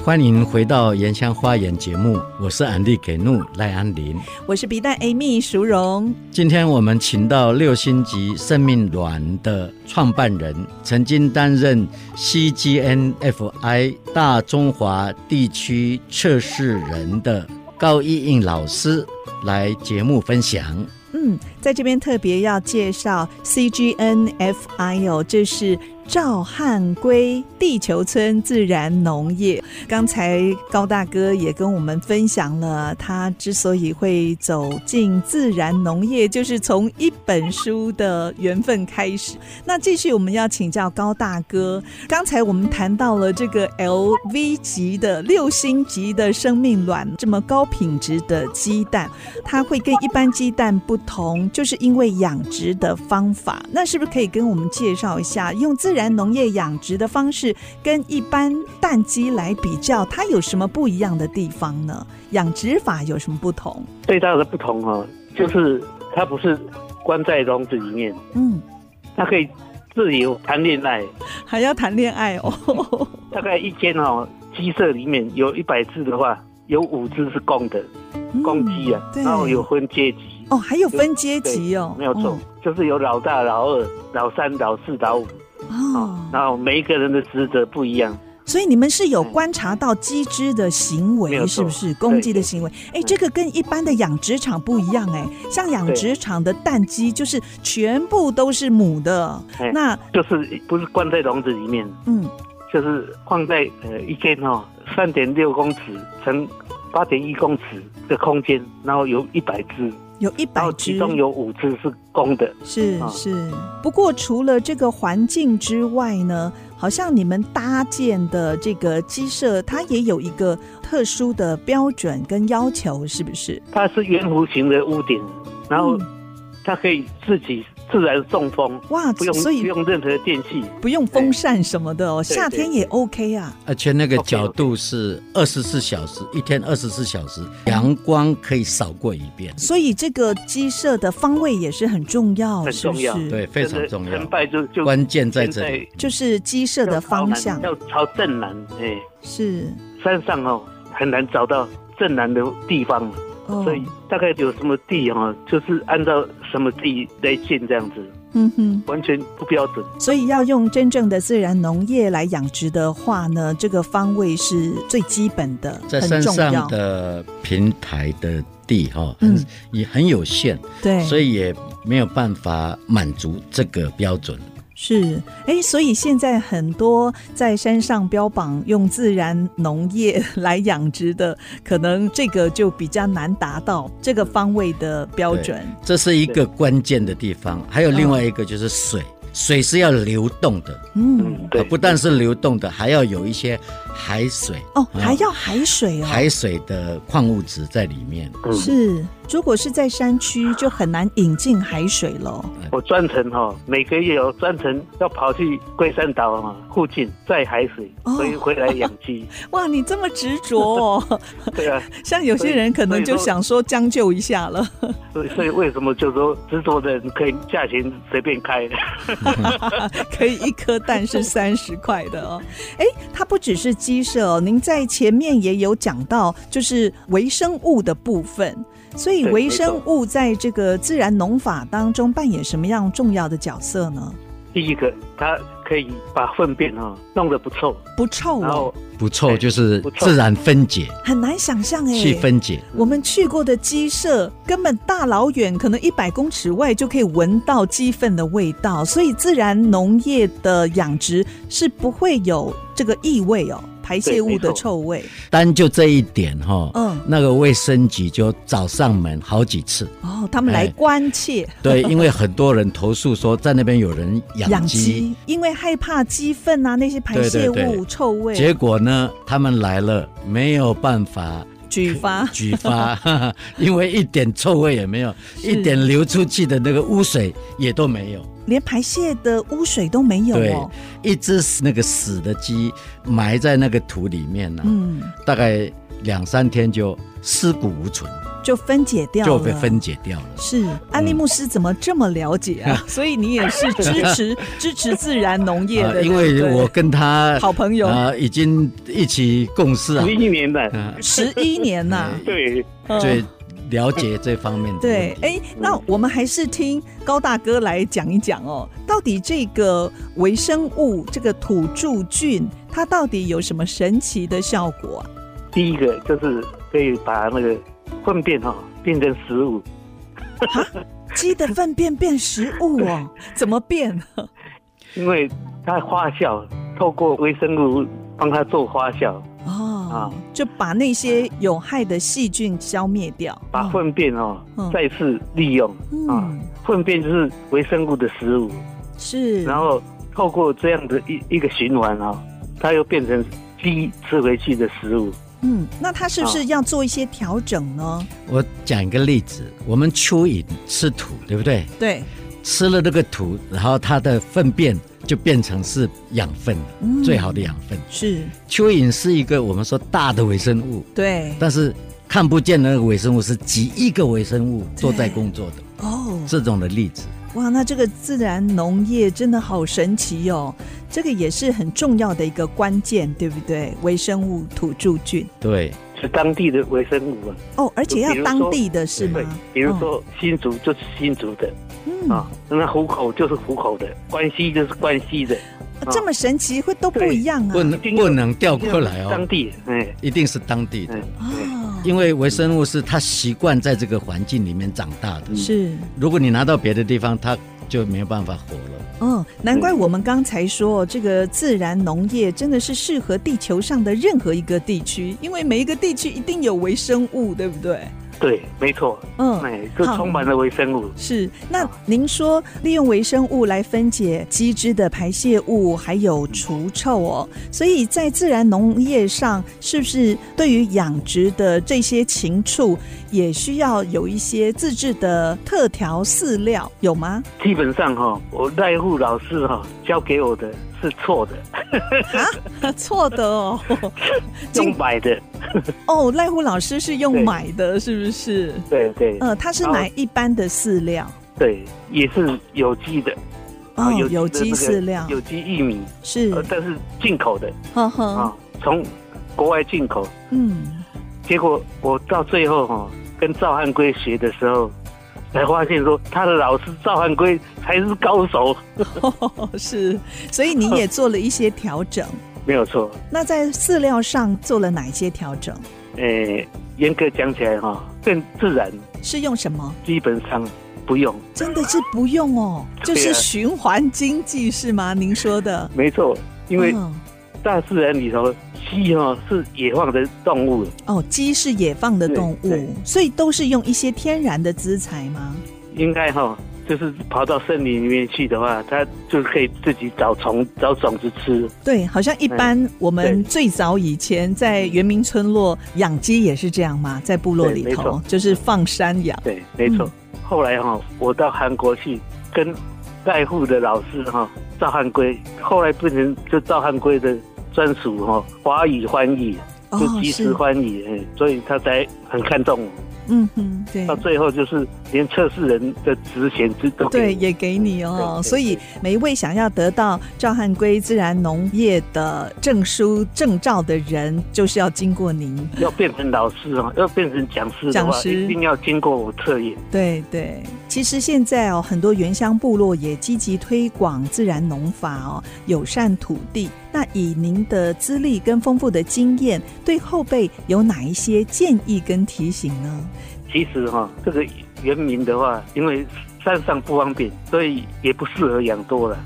[SPEAKER 2] 欢迎回到《原乡花园》节目，我是安利给怒赖安林。
[SPEAKER 1] 我是鼻蛋 Amy 淑荣，
[SPEAKER 2] 今天我们请到六星级生命卵的创办人，曾经担任 CGNFI 大中华地区测试人的高一应老师来节目分享。
[SPEAKER 1] 嗯，在这边特别要介绍 CGNFI 哦，这是赵汉龟地球村自然农业。刚才高大哥也跟我们分享了，他之所以会走进自然农业，就是从一本书的缘分开始。那继续我们要请教高大哥，刚才我们谈到了这个 LV 级的六星级的生命卵，这么高品质的鸡蛋，它会跟一般鸡蛋不同，就是因为养殖的方法。那是不是可以跟我们介绍一下，用自然农业养殖的方式跟一般蛋鸡来比较，它有什么不一样的地方呢？养殖法有什么不同？
[SPEAKER 5] 最大的不同哦，就是它不是关在笼子里面，
[SPEAKER 1] 嗯，
[SPEAKER 5] 它可以自由谈恋爱。
[SPEAKER 1] 还要谈恋爱哦。
[SPEAKER 5] 大概一间哦，鸡舍里面有一百只的话，有五只是公的，公鸡啊，
[SPEAKER 1] 嗯对
[SPEAKER 5] 然后有分阶级，
[SPEAKER 1] 哦，还有分阶级哦，
[SPEAKER 5] 没有错，
[SPEAKER 1] 哦
[SPEAKER 5] 就是有老大、老二、老三、老四、老五，
[SPEAKER 1] 哦
[SPEAKER 5] 然后每一个人的职责不一样。
[SPEAKER 1] 所以你们是有观察到鸡只的行
[SPEAKER 5] 嗯没
[SPEAKER 1] 为，
[SPEAKER 5] 有错
[SPEAKER 1] 是不是公鸡的行为？哎，这个跟一般的养殖场不一样哎，
[SPEAKER 5] 嗯
[SPEAKER 1] 像养殖场的蛋鸡就是全部都是母的
[SPEAKER 5] 哎，
[SPEAKER 1] 那
[SPEAKER 5] 就是不是关在笼子里面，
[SPEAKER 1] 嗯
[SPEAKER 5] 就是放在呃一间哦三点六公尺乘八点一公尺的空间，然后有一百只，
[SPEAKER 1] 有一
[SPEAKER 5] 然
[SPEAKER 1] 百
[SPEAKER 5] 后其
[SPEAKER 1] 只，
[SPEAKER 5] 中有五只是公的，
[SPEAKER 1] 是
[SPEAKER 5] 啊
[SPEAKER 1] 是。不过除了这个环境之外呢，好像你们搭建的这个鸡舍，它也有一个特殊的标准跟要求，是不是？
[SPEAKER 5] 它是圆弧形的屋顶，然后
[SPEAKER 1] 嗯
[SPEAKER 5] 它可以自己自然送风，
[SPEAKER 1] 哇，
[SPEAKER 5] 不用
[SPEAKER 1] 所
[SPEAKER 5] 不
[SPEAKER 1] 以
[SPEAKER 5] 用任何电器，
[SPEAKER 1] 不用风扇什么的哦，
[SPEAKER 5] 对
[SPEAKER 1] 夏天也 OK 啊。
[SPEAKER 2] 而且那个
[SPEAKER 5] OK，OK
[SPEAKER 2] 角度是二十四小时，一天二十四小时，阳光可以扫过一遍，
[SPEAKER 1] 所以这个鸡舍的方位也是很重要，
[SPEAKER 5] 很重要
[SPEAKER 1] 是不是
[SPEAKER 2] 对，非常重
[SPEAKER 5] 成
[SPEAKER 2] 要。
[SPEAKER 5] 败就就
[SPEAKER 2] 关键在这里，
[SPEAKER 1] 就是鸡舍
[SPEAKER 5] 现在
[SPEAKER 1] 的方
[SPEAKER 5] 要
[SPEAKER 1] 向
[SPEAKER 5] 朝南要朝正南，哎、
[SPEAKER 1] 是
[SPEAKER 5] 山上哦很难找到正南的地方，
[SPEAKER 1] 哦，
[SPEAKER 5] 所以大概有什么地哦，就是按照什么地来建这样子，
[SPEAKER 1] 嗯哼，
[SPEAKER 5] 完全不标准。
[SPEAKER 1] 所以要用真正的自然农业来养殖的话呢，这个方位是最基本的，
[SPEAKER 2] 在
[SPEAKER 1] 很
[SPEAKER 2] 山
[SPEAKER 1] 重
[SPEAKER 2] 上
[SPEAKER 1] 要。
[SPEAKER 2] 的平台的地哈，
[SPEAKER 1] 嗯
[SPEAKER 2] 很也很有限，
[SPEAKER 1] 对，
[SPEAKER 2] 所以也没有办法满足这个标准。
[SPEAKER 1] 是，哎，所以现在很多在山上标榜用自然农业来养殖的，可能这个就比较难达到这个方位的标准。
[SPEAKER 2] 这是一个关键的地方。还有另外一个就是水，水是要流动的，
[SPEAKER 1] 嗯，
[SPEAKER 5] 对，
[SPEAKER 2] 啊不但是流动的，还要有一些海水
[SPEAKER 1] 哦，
[SPEAKER 2] 啊
[SPEAKER 1] 还要海水哦，
[SPEAKER 2] 海水的矿物质在里面。
[SPEAKER 5] 嗯
[SPEAKER 1] 是，如果是在山区，就很难引进海水了。
[SPEAKER 5] 我专程哈、哦，每个月有专程要跑去龟山岛啊、附近晒海水，
[SPEAKER 1] 哦
[SPEAKER 5] 回回来养 鸡。
[SPEAKER 1] 哇，你这么执着 哦！
[SPEAKER 5] 对啊，
[SPEAKER 1] 像有些人可能就想说将就一下 了。
[SPEAKER 5] 所以所以为什么就说执着的人可以价钱随便开？
[SPEAKER 1] 可以一颗蛋是三十块的哦。哎，它不只是鸡舍哦，您在前面也有讲到，就是微生物的部分。所以
[SPEAKER 5] 对
[SPEAKER 1] 微
[SPEAKER 5] 没
[SPEAKER 1] 生物在这个自然农法当中扮演什么样重要的角色呢？
[SPEAKER 5] 第一个，它可以把粪便哦弄得不臭，
[SPEAKER 1] 不臭
[SPEAKER 5] 然
[SPEAKER 1] 哦，
[SPEAKER 5] 后
[SPEAKER 2] 不错，
[SPEAKER 5] 对
[SPEAKER 2] 就是
[SPEAKER 5] 不错
[SPEAKER 2] 自然分解、
[SPEAKER 1] 很难想象哎。
[SPEAKER 2] 去分解。
[SPEAKER 1] 我们去过的鸡舍，根本大老远，可能一百公尺外就可以闻到鸡粪的味道，所以自然农业的养殖是不会有这个异味哦，排泄物的臭味。
[SPEAKER 2] 单就这一点哈、
[SPEAKER 1] 嗯
[SPEAKER 2] 那个卫生局就找上门好几次。
[SPEAKER 1] 哦，他们来关切
[SPEAKER 2] 对，因为很多人投诉说在那边有人
[SPEAKER 1] 养
[SPEAKER 2] 哎养鸡，
[SPEAKER 1] 鸡，因为害怕鸡粪啊那些排泄物
[SPEAKER 2] 对对对
[SPEAKER 1] 臭味。
[SPEAKER 2] 结果呢，他们来了没有办法
[SPEAKER 1] 举发
[SPEAKER 2] 举发， 哈哈因为一点臭味也没有，一点流出去的那个污水也都没有。
[SPEAKER 1] 连排泄的污水都没有
[SPEAKER 2] 对
[SPEAKER 1] 哦。，
[SPEAKER 2] 一只死那个死的鸡埋在那个土里面呢、啊
[SPEAKER 1] 嗯，
[SPEAKER 2] 大概两三天就尸骨无存。
[SPEAKER 1] 就分解掉了，
[SPEAKER 2] 就被分解掉了。
[SPEAKER 1] 是安利牧师怎么这么了解啊？所以你也是支持支持自然农业
[SPEAKER 2] 啊
[SPEAKER 1] 的，
[SPEAKER 2] 因
[SPEAKER 1] 对
[SPEAKER 2] 为
[SPEAKER 1] 不对
[SPEAKER 2] 我跟他
[SPEAKER 1] 好朋友
[SPEAKER 2] 啊，已经一起共事啊
[SPEAKER 5] 十，一年的，
[SPEAKER 2] 啊，
[SPEAKER 1] 十一年呐、
[SPEAKER 5] 对，
[SPEAKER 1] 嗯
[SPEAKER 2] 最了解这方面的
[SPEAKER 1] 对
[SPEAKER 2] 问，题。
[SPEAKER 1] 哎，那我们还是听高大哥来讲一讲哦，到底这个微生物这个土著菌，它到底有什么神奇的效果、啊？
[SPEAKER 5] 第一个就是可以把那个粪便哈、变成食物，
[SPEAKER 1] 鸡的粪便变食物哦，怎么变？
[SPEAKER 5] 因为它发酵，透过微生物帮它做发酵，
[SPEAKER 1] 哦，就把那些有害的细菌消灭掉。
[SPEAKER 5] 把
[SPEAKER 1] 哦
[SPEAKER 5] 粪便哦、
[SPEAKER 1] 嗯
[SPEAKER 5] 再次利用啊
[SPEAKER 1] 嗯，，
[SPEAKER 5] 粪便就是微生物的食物，
[SPEAKER 1] 是，
[SPEAKER 5] 然后透过这样的一一个循环啊、它又变成鸡吃回去的食物。
[SPEAKER 1] 嗯，那它是不是要做一些调整呢？
[SPEAKER 2] 我讲一个例子，我们蚯蚓吃土，对不对？
[SPEAKER 1] 对，
[SPEAKER 2] 吃了那个土，然后它的粪便就变成是养分了，
[SPEAKER 1] 嗯
[SPEAKER 2] 最好的养分。
[SPEAKER 1] 是，
[SPEAKER 2] 蚯蚓是一个我们说大的微生物，
[SPEAKER 1] 对，
[SPEAKER 2] 但是看不见的那个微生物是几亿个微生物都在工作的
[SPEAKER 1] 哦，
[SPEAKER 2] 这种的例子。
[SPEAKER 1] 哇，那这个自然农业真的好神奇哦，这个也是很重要的一个关键，对不对？微生物土著菌
[SPEAKER 2] 对，
[SPEAKER 5] 是当地的微生物啊，
[SPEAKER 1] 哦，而且
[SPEAKER 5] 比
[SPEAKER 1] 要
[SPEAKER 5] 如
[SPEAKER 1] 当
[SPEAKER 5] 说
[SPEAKER 1] 地的是吗
[SPEAKER 5] 对？，比如
[SPEAKER 1] 哦，
[SPEAKER 5] 说新竹就是新竹的
[SPEAKER 1] 嗯，
[SPEAKER 5] 啊，那虎口就是虎口的，关西就是关西的，
[SPEAKER 1] 这么神奇，会都不一样啊
[SPEAKER 2] 不，能
[SPEAKER 5] 经
[SPEAKER 2] 不能调过来
[SPEAKER 5] 当
[SPEAKER 2] 哦，
[SPEAKER 5] 地，哎，
[SPEAKER 2] 一定是当地的
[SPEAKER 5] 哎，，
[SPEAKER 1] 哦，
[SPEAKER 2] 因为微生物是它习惯在这个环境里面长大的。
[SPEAKER 1] 是，
[SPEAKER 2] 如果你拿到别的地方，它就没有办法活了。
[SPEAKER 1] 嗯，难怪我们刚才说这个自然农业真的是适合地球上的任何一个地区，因为每一个地区一定有微生物，对不对？
[SPEAKER 5] 对，没错，
[SPEAKER 1] 嗯。
[SPEAKER 5] 哎，就
[SPEAKER 1] 好
[SPEAKER 5] 充满了微生物，
[SPEAKER 1] 是，那您说利用微生物来分解鸡汁的排泄物，还有除臭哦，所以在自然农业上，是不是对于养殖的这些禽畜，也需要有一些自制的特调饲料，有吗？
[SPEAKER 5] 基本上哈、我赖户老师哈、教给我的是 错的，
[SPEAKER 1] 错的哦，
[SPEAKER 5] 用买的，
[SPEAKER 1] 哦，赖虎老师是用
[SPEAKER 5] 对
[SPEAKER 1] 买的，是不是？
[SPEAKER 5] 对对哦
[SPEAKER 1] 呃，他是买一般的饲料，
[SPEAKER 5] 对，也是有机的，啊
[SPEAKER 1] 哦，
[SPEAKER 5] 有
[SPEAKER 1] 有机
[SPEAKER 5] 机的那个
[SPEAKER 1] 饲料
[SPEAKER 5] 有机玉米，
[SPEAKER 1] 是，嗯
[SPEAKER 5] 呃但是进口的
[SPEAKER 1] 呵呵，
[SPEAKER 5] 啊，从国外进口，
[SPEAKER 1] 嗯，
[SPEAKER 5] 结果我到最后哈、跟赵汉圭学的时候，才发现说他的老师赵汉圭才是高手，
[SPEAKER 1] 是，所以你也做了一些调 整。
[SPEAKER 5] 没有错。
[SPEAKER 1] 那在饲料上做了哪些调整？
[SPEAKER 5] 诶、严格讲起来哈、更自然，
[SPEAKER 1] 是用什么？
[SPEAKER 5] 基本上不用，
[SPEAKER 1] 真的是不用哦，就
[SPEAKER 5] 对啊
[SPEAKER 1] 是循环经济是吗？您说的，
[SPEAKER 5] 没错，因为
[SPEAKER 1] 嗯
[SPEAKER 5] 大自然里头鸡哈、是野放的动物，
[SPEAKER 1] 哦，鸡是野放的动
[SPEAKER 5] 对对
[SPEAKER 1] 物，所以都是用一些天然的资材吗？
[SPEAKER 5] 应该哈、就是跑到森林里面去的话，它就可以自己找虫、找种子吃。
[SPEAKER 1] 对，好像一般我们
[SPEAKER 5] 嗯对
[SPEAKER 1] 最早以前在原民村落养鸡也是这样嘛，在部落
[SPEAKER 5] 对
[SPEAKER 1] 里
[SPEAKER 5] 没
[SPEAKER 1] 头
[SPEAKER 5] 错
[SPEAKER 1] 就是放山羊。
[SPEAKER 5] 对，没错。后来哈、我到韩国去跟盖户的老师哈、赵汉圭，后来变成就赵汉圭的专属哈、华语翻译，
[SPEAKER 1] 哦
[SPEAKER 5] 就即时
[SPEAKER 1] 是，
[SPEAKER 5] 翻译、嗯所以他才很看重我。
[SPEAKER 1] 嗯哼，对
[SPEAKER 5] 到。最后就是连测试人的职衔都都
[SPEAKER 1] 对，
[SPEAKER 5] 给我
[SPEAKER 1] 也给你哦。
[SPEAKER 5] 对对
[SPEAKER 1] 所以每一位想要得到赵汉圭自然农业的证书证照的人，就是要经过您。
[SPEAKER 5] 要变成老师哦，要变成讲师的
[SPEAKER 1] 讲
[SPEAKER 5] 话，
[SPEAKER 1] 师
[SPEAKER 5] 一定要经过我测验。
[SPEAKER 1] 对对，其实现在哦，很多原乡部落也积极推广自然农法哦，友善土地。那以您的资历跟丰富的经验，对后辈有哪一些建议跟提醒呢？
[SPEAKER 5] 其实哈、这个原民的话，因为山上不方便，所以也不适合养多了。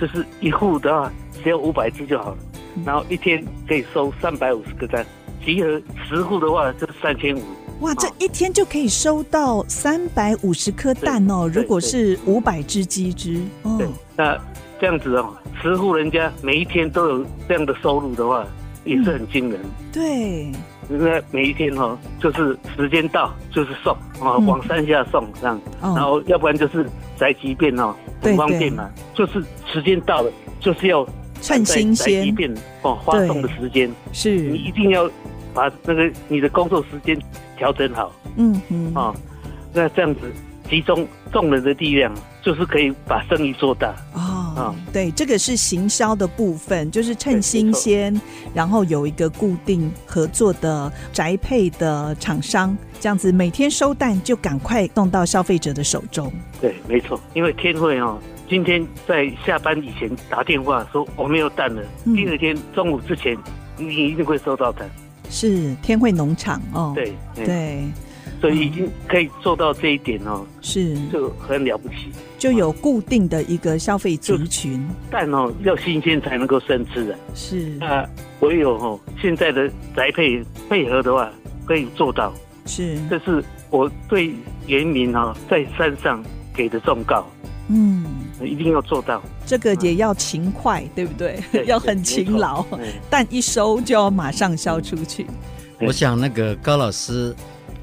[SPEAKER 5] 就是一户的话，只有五百只就好了，
[SPEAKER 1] 嗯
[SPEAKER 5] 然后一天可以收三百五十个单，集合十户的话就三千五。
[SPEAKER 1] 哇，这
[SPEAKER 5] 好
[SPEAKER 1] 一天就可以收到三百五十颗蛋哦！
[SPEAKER 5] 对对
[SPEAKER 1] 如果是五百只鸡只，哦
[SPEAKER 5] 对，，那这样子哦，十户人家每一天都有这样的收入的话，也是很惊人。
[SPEAKER 1] 对，
[SPEAKER 5] 那每一天哦，就是时间到就是送啊、哦
[SPEAKER 1] 嗯，
[SPEAKER 5] 往山下送这样，然
[SPEAKER 1] 哦，
[SPEAKER 5] 后要不然就是宅急便哦，
[SPEAKER 1] 对
[SPEAKER 5] 很方便嘛。就是时间到了，就是要
[SPEAKER 1] 趁新
[SPEAKER 5] 在宅急
[SPEAKER 1] 鲜
[SPEAKER 5] 便哦，发送的时间
[SPEAKER 1] 是
[SPEAKER 5] 你一定要把那个你的工作时间调整好
[SPEAKER 1] 嗯哼，
[SPEAKER 5] 啊、那这样子集中众人的力量，就是可以把生意做大。
[SPEAKER 1] 哦
[SPEAKER 5] 啊，
[SPEAKER 1] 对，这个是行销的部分，就是趁
[SPEAKER 5] 对
[SPEAKER 1] 新
[SPEAKER 5] 没错
[SPEAKER 1] 鲜，然后有一个固定合作的宅配的厂商，这样子每天收单就赶快送到消费者的手中。
[SPEAKER 5] 对，没错，因为天会哦，今天在下班以前打电话说我没有蛋了，
[SPEAKER 1] 嗯
[SPEAKER 5] 第二天中午之前你一定会收到蛋。
[SPEAKER 1] 是天惠农场哦，
[SPEAKER 5] 对，嗯，
[SPEAKER 1] 对，
[SPEAKER 5] 所以已经可以做到这一点哦，
[SPEAKER 1] 是
[SPEAKER 5] 就很了不起。
[SPEAKER 1] 就有固定的一个消费族群，
[SPEAKER 5] 蛋哦，要新鲜才能够生吃啊。
[SPEAKER 1] 是
[SPEAKER 5] 那唯有哦，现在的宅配配合的话，可以做到。
[SPEAKER 1] 是，
[SPEAKER 5] 这是我对原民哦，在山上给的忠告，
[SPEAKER 1] 嗯，
[SPEAKER 5] 一定要 做到。
[SPEAKER 1] 这个也要勤快，对不对？
[SPEAKER 5] 对
[SPEAKER 1] 要很勤劳，
[SPEAKER 5] 没错嗯
[SPEAKER 1] 但一收就要马上销出去。
[SPEAKER 5] 对
[SPEAKER 2] 我想那个高老师，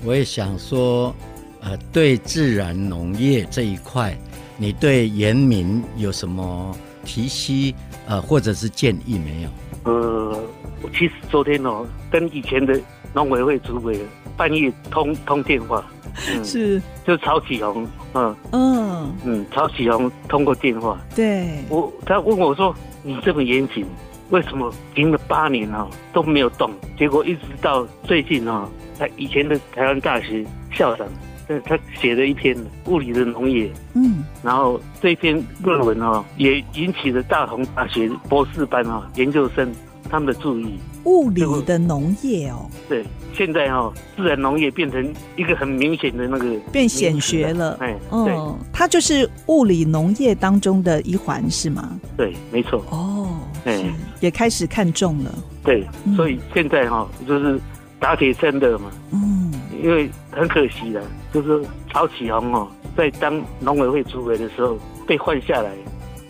[SPEAKER 2] 我也想说，呃，对自然农业这一块，你对原民有什么提息呃，或者是建议没有？
[SPEAKER 5] 呃，我其实昨天哦，跟以前的农委会主委半夜通通电话，嗯，
[SPEAKER 1] 是，
[SPEAKER 5] 就曹启宏，嗯
[SPEAKER 1] 嗯，
[SPEAKER 5] 嗯，曹启宏通过电话，
[SPEAKER 1] 对，
[SPEAKER 5] 我他问我说：“你这么严谨，为什么停了八年啊都没有动？结果一直到最近啊，他以前的台湾大学校长，呃他写了一篇物理的农业，
[SPEAKER 1] 嗯。
[SPEAKER 5] 然后这篇论文啊也引起了大同大学博士班啊研究生他们的注意。
[SPEAKER 1] 物理的农业哦，
[SPEAKER 5] 对，现在哈、自然农业变成一个很明显的那个
[SPEAKER 1] 变显学了。
[SPEAKER 5] 哎，对
[SPEAKER 1] 嗯，它就是物理农业当中的一环，是吗？
[SPEAKER 5] 对，没错，
[SPEAKER 1] 哦，
[SPEAKER 5] 哎
[SPEAKER 1] 是也开始看重了。
[SPEAKER 5] 对
[SPEAKER 1] 嗯，
[SPEAKER 5] 所以现在哈、就是打铁趁热嘛，
[SPEAKER 1] 嗯，
[SPEAKER 5] 因为很可惜的，就是曹启宏哦，在当农委会主委的时候被换下来，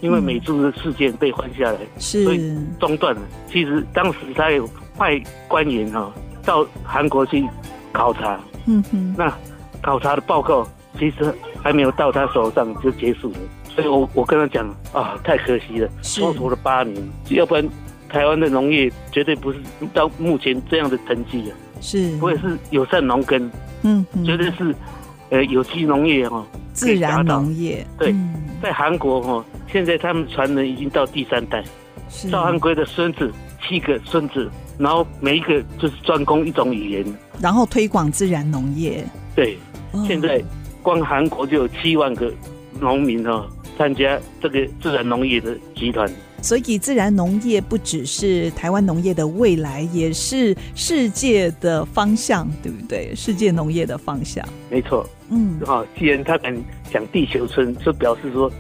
[SPEAKER 5] 因为
[SPEAKER 1] 嗯
[SPEAKER 5] 美猪的事件被换下来，所以
[SPEAKER 1] 是，
[SPEAKER 5] 中断了。其实当时他有派官员哦到韩国去考察，
[SPEAKER 1] 嗯哼，
[SPEAKER 5] 那考察的报告其实还没有到他手上就结束了。所以我我跟他讲啊，太可惜了，
[SPEAKER 1] 是
[SPEAKER 5] 蹉跎了八年，要不然台湾的农业绝对不是到目前这样的成绩啊。
[SPEAKER 1] 是，
[SPEAKER 5] 我也是友善农耕。
[SPEAKER 1] 嗯哼，
[SPEAKER 5] 绝对是，呃，有机农业哦，
[SPEAKER 1] 自
[SPEAKER 5] 可
[SPEAKER 1] 然
[SPEAKER 5] 以达到
[SPEAKER 1] 农业，
[SPEAKER 5] 对
[SPEAKER 1] 嗯
[SPEAKER 5] 在韩国哦，现在他们传人已经到第三代，
[SPEAKER 1] 是
[SPEAKER 5] 赵汉圭的孙子七个孙子，然后每一个就是专攻一种语言。
[SPEAKER 1] 然后推广自然农业。
[SPEAKER 5] 对，
[SPEAKER 1] 嗯
[SPEAKER 5] 现在光韩国就有七万个农民哦，参加这个自然农业的集团。
[SPEAKER 1] 所以自然农业不只是台湾农业的未来，也是世界的方向，对不对？世界农业的方向。
[SPEAKER 5] 没错，
[SPEAKER 1] 嗯，
[SPEAKER 5] 啊、既然他敢讲地球村，就表示说，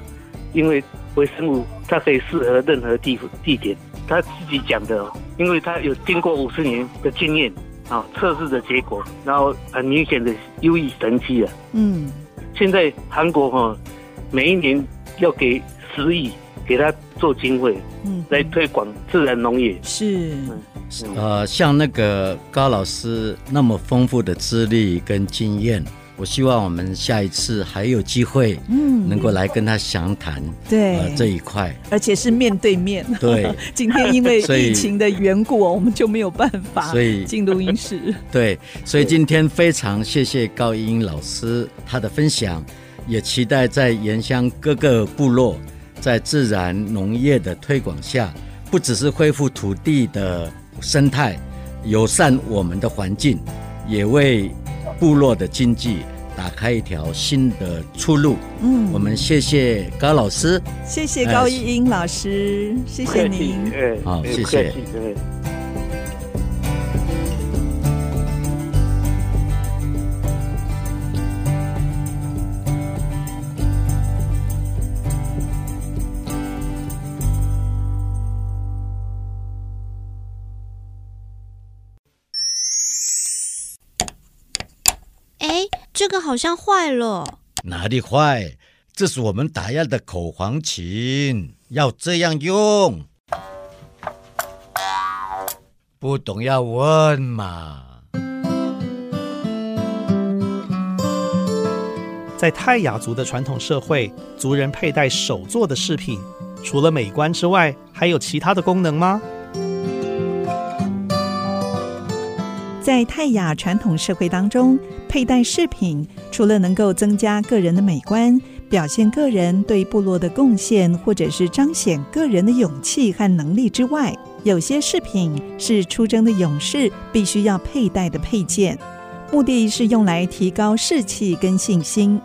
[SPEAKER 5] 因为微生物它可以适合任何地方地点。他自己讲的哦，因为他有经过五十年的经验啊，测试的结果，然后很明显的优异成绩啊。
[SPEAKER 1] 嗯，
[SPEAKER 5] 现在韩国哈、哦，每一年要给十亿给他做经费
[SPEAKER 1] 嗯，
[SPEAKER 5] 来推广自然农业。
[SPEAKER 1] 是，
[SPEAKER 5] 嗯，
[SPEAKER 2] 呃，像那个高老师那么丰富的资历跟经验，我希望我们下一次还有机会
[SPEAKER 1] 嗯，
[SPEAKER 2] 能够来跟他详谈、
[SPEAKER 1] 对，
[SPEAKER 2] 呃这一块。
[SPEAKER 1] 而且是面对面。
[SPEAKER 2] 对
[SPEAKER 1] 今天因为
[SPEAKER 2] 所以
[SPEAKER 1] 疫情的缘故哦，我们就没有办法
[SPEAKER 2] 所以
[SPEAKER 1] 进录音室。
[SPEAKER 2] 对，所以今天非常谢谢高英老师他的分享，也期待在原乡各个部落在自然农业的推广下，不只是恢复土地的生态，友善我们的环境，也为部落的经济打开一条新的出路。
[SPEAKER 1] 嗯
[SPEAKER 2] 我们谢谢高老师。
[SPEAKER 1] 谢
[SPEAKER 2] 哎
[SPEAKER 1] 谢高一英老师，谢谢您。
[SPEAKER 5] 哎
[SPEAKER 2] 好
[SPEAKER 5] 哎
[SPEAKER 2] 谢
[SPEAKER 5] 不客
[SPEAKER 2] 谢
[SPEAKER 5] 气哎
[SPEAKER 6] 哎，这个好像坏了。
[SPEAKER 2] 哪里坏？这是我们打样的口簧琴，要这样用。不懂要问嘛。
[SPEAKER 7] 在泰雅族的传统社会，族人佩戴手做的饰品，除了美观之外，还有其他的功能吗？
[SPEAKER 1] 在泰雅传统社会当中，佩戴饰品除了能够增加个人的美观，表现个人对部落的贡献，或者是彰显个人的勇气和能力之外，有些饰品是出征的勇士必须要佩戴的配件，目的是用来提高士气跟信心。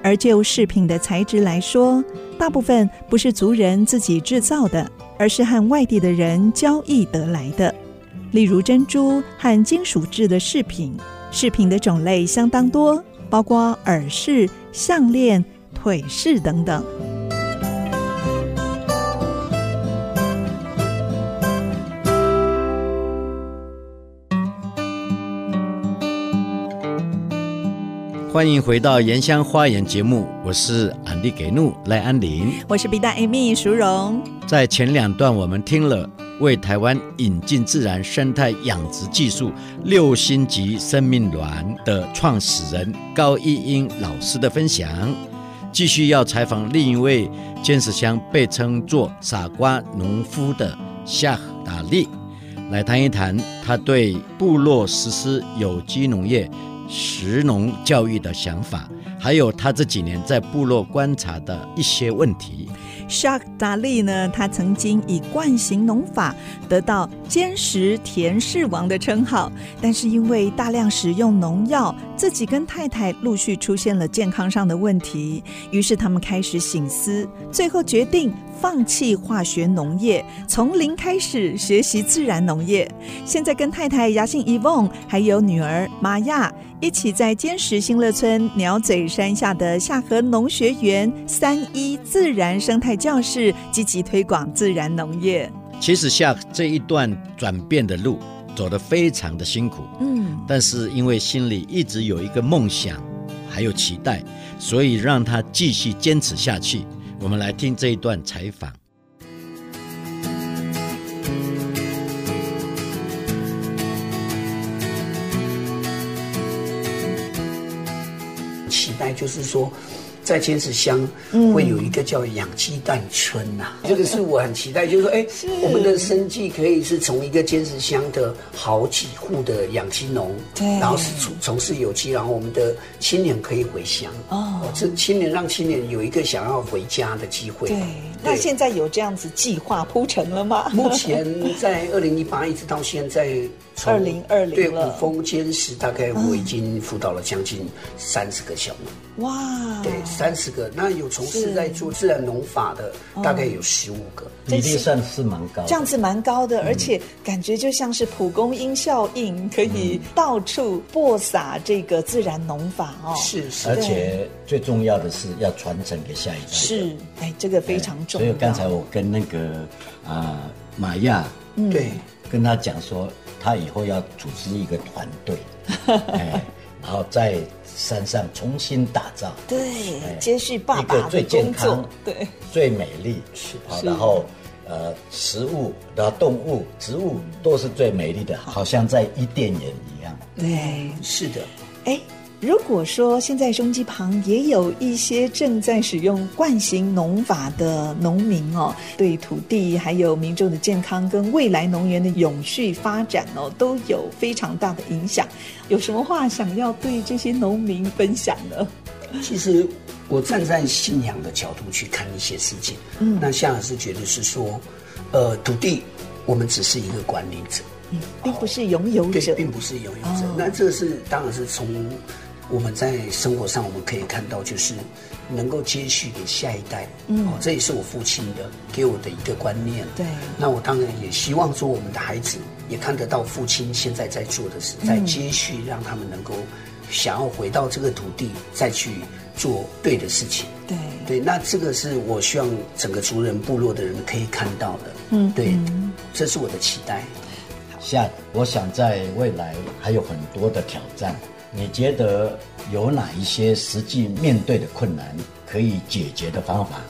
[SPEAKER 1] 而就饰品的材质来说，大部分不是族人自己制造的，而是和外地的人交易得来的。例如珍珠和金属制的饰品。饰品的种类相当多，包括耳饰、项链、腿饰等等。
[SPEAKER 2] 欢迎回到《原乡花园》节目，我是安迪给怒赖安林。
[SPEAKER 1] 我是 B 大 Amy 淑荣，
[SPEAKER 2] 在前两段，我们听了为台湾引进自然生态养殖技术六星级生命卵的创始人高义英老师的分享，继续要采访另一位尖石乡被称作“傻瓜农夫”的夏赫达利，来谈一谈他对部落实施有机农业、食农教育的想法，还有他这几年在部落观察的一些问题。
[SPEAKER 1] Shark 达利呢，他曾经以惯行农法得到“坚实田氏王”的称号，但是因为大量使用农药，自己跟太太陆续出现了健康上的问题，于是他们开始醒思，最后决定放弃化学农业，从零开始学习自然农业。现在跟太太雅信伊翁还有女儿玛亚一起在坚实新乐村鸟嘴山下的下河农学园三一自然生态教室，积极推广自然农业。
[SPEAKER 2] 其实下这一段转变的路走得非常的辛苦，
[SPEAKER 1] 嗯，
[SPEAKER 2] 但是因为心里一直有一个梦想，还有期待，所以让他继续坚持下去。我们来听这一段采访。
[SPEAKER 8] 期待就是说，在尖石乡
[SPEAKER 9] 嗯
[SPEAKER 8] 会有一个叫养鸡蛋村呐、这个是我很期待，就是说，哎，我们的生计可以是从一个尖石乡的好几户的养鸡农，
[SPEAKER 9] 对
[SPEAKER 8] 然后是从从事有机，然后我们的青年可以回乡，
[SPEAKER 9] 哦，
[SPEAKER 8] 这青年让青年有一个想要回家的机会。啊
[SPEAKER 9] 对，那现在有这样子计划铺成了吗？
[SPEAKER 8] 目前在二零一八一直到现在，从
[SPEAKER 9] 2020
[SPEAKER 8] 对
[SPEAKER 9] 了
[SPEAKER 8] 五峰坚实，大概我已经辅导了将近三十个小农。
[SPEAKER 9] 哇，
[SPEAKER 1] 哦
[SPEAKER 8] 对，三十个。那有从事在做自然农法的，大概有十五个。
[SPEAKER 9] 比例
[SPEAKER 2] 算是蛮高
[SPEAKER 9] 这样子蛮高的，而且感觉就像是蒲公英效应，可以到处播撒这个自然农法哦。
[SPEAKER 8] 是是
[SPEAKER 2] 而，且最重要的是要传承给下一代。
[SPEAKER 9] 是，哎，这个非常重
[SPEAKER 2] 所
[SPEAKER 9] 要。
[SPEAKER 2] 以刚才我跟那个啊、玛亚
[SPEAKER 8] 对，
[SPEAKER 2] 跟他讲说，他以后要组织一个团 队，哎，然后在山上重新打造哎
[SPEAKER 9] 对接续爸
[SPEAKER 2] 一
[SPEAKER 9] 爸
[SPEAKER 2] 个
[SPEAKER 9] 的
[SPEAKER 2] 最健
[SPEAKER 9] 工
[SPEAKER 2] 康
[SPEAKER 9] 作，、对，
[SPEAKER 2] 最美丽，好，然后呃，食物、然后动物、植物都是最美丽的，好像在伊甸园一样。
[SPEAKER 9] 对，
[SPEAKER 8] 是的，
[SPEAKER 9] 哎。如果说现在胸肌旁也有一些正在使用惯行农法的农民哦，对土地还有民众的健康跟未来农园的永续发展哦，都有非常大的影响。有什么话想要对这些农民分享呢？
[SPEAKER 8] 其实我站在信仰的角度去看一些事情，嗯，那夏老师觉得是说，呃，土地我们只是一个管理者，
[SPEAKER 9] 并不是拥有
[SPEAKER 8] 对，
[SPEAKER 9] 者，
[SPEAKER 8] 并不是拥有者
[SPEAKER 9] 哦。
[SPEAKER 8] 那这是当然是从我们在生活上我们可以看到，就是能够接续给下一代。嗯，哦，这也是我父亲的给我的一个观念。
[SPEAKER 9] 对
[SPEAKER 8] 那我当然也希望说我们的孩子也看得到父亲现在在做的事，在接续让他们能够想要回到这个土地再去做对的事情。
[SPEAKER 9] 对
[SPEAKER 8] 对，那这个是我希望整个族人部落的人可以看到的。嗯，哦对，这是我的期待。
[SPEAKER 2] 下，我想在未来还有很多的挑战，你觉得有哪一些实际面对的困难可以解决的方法？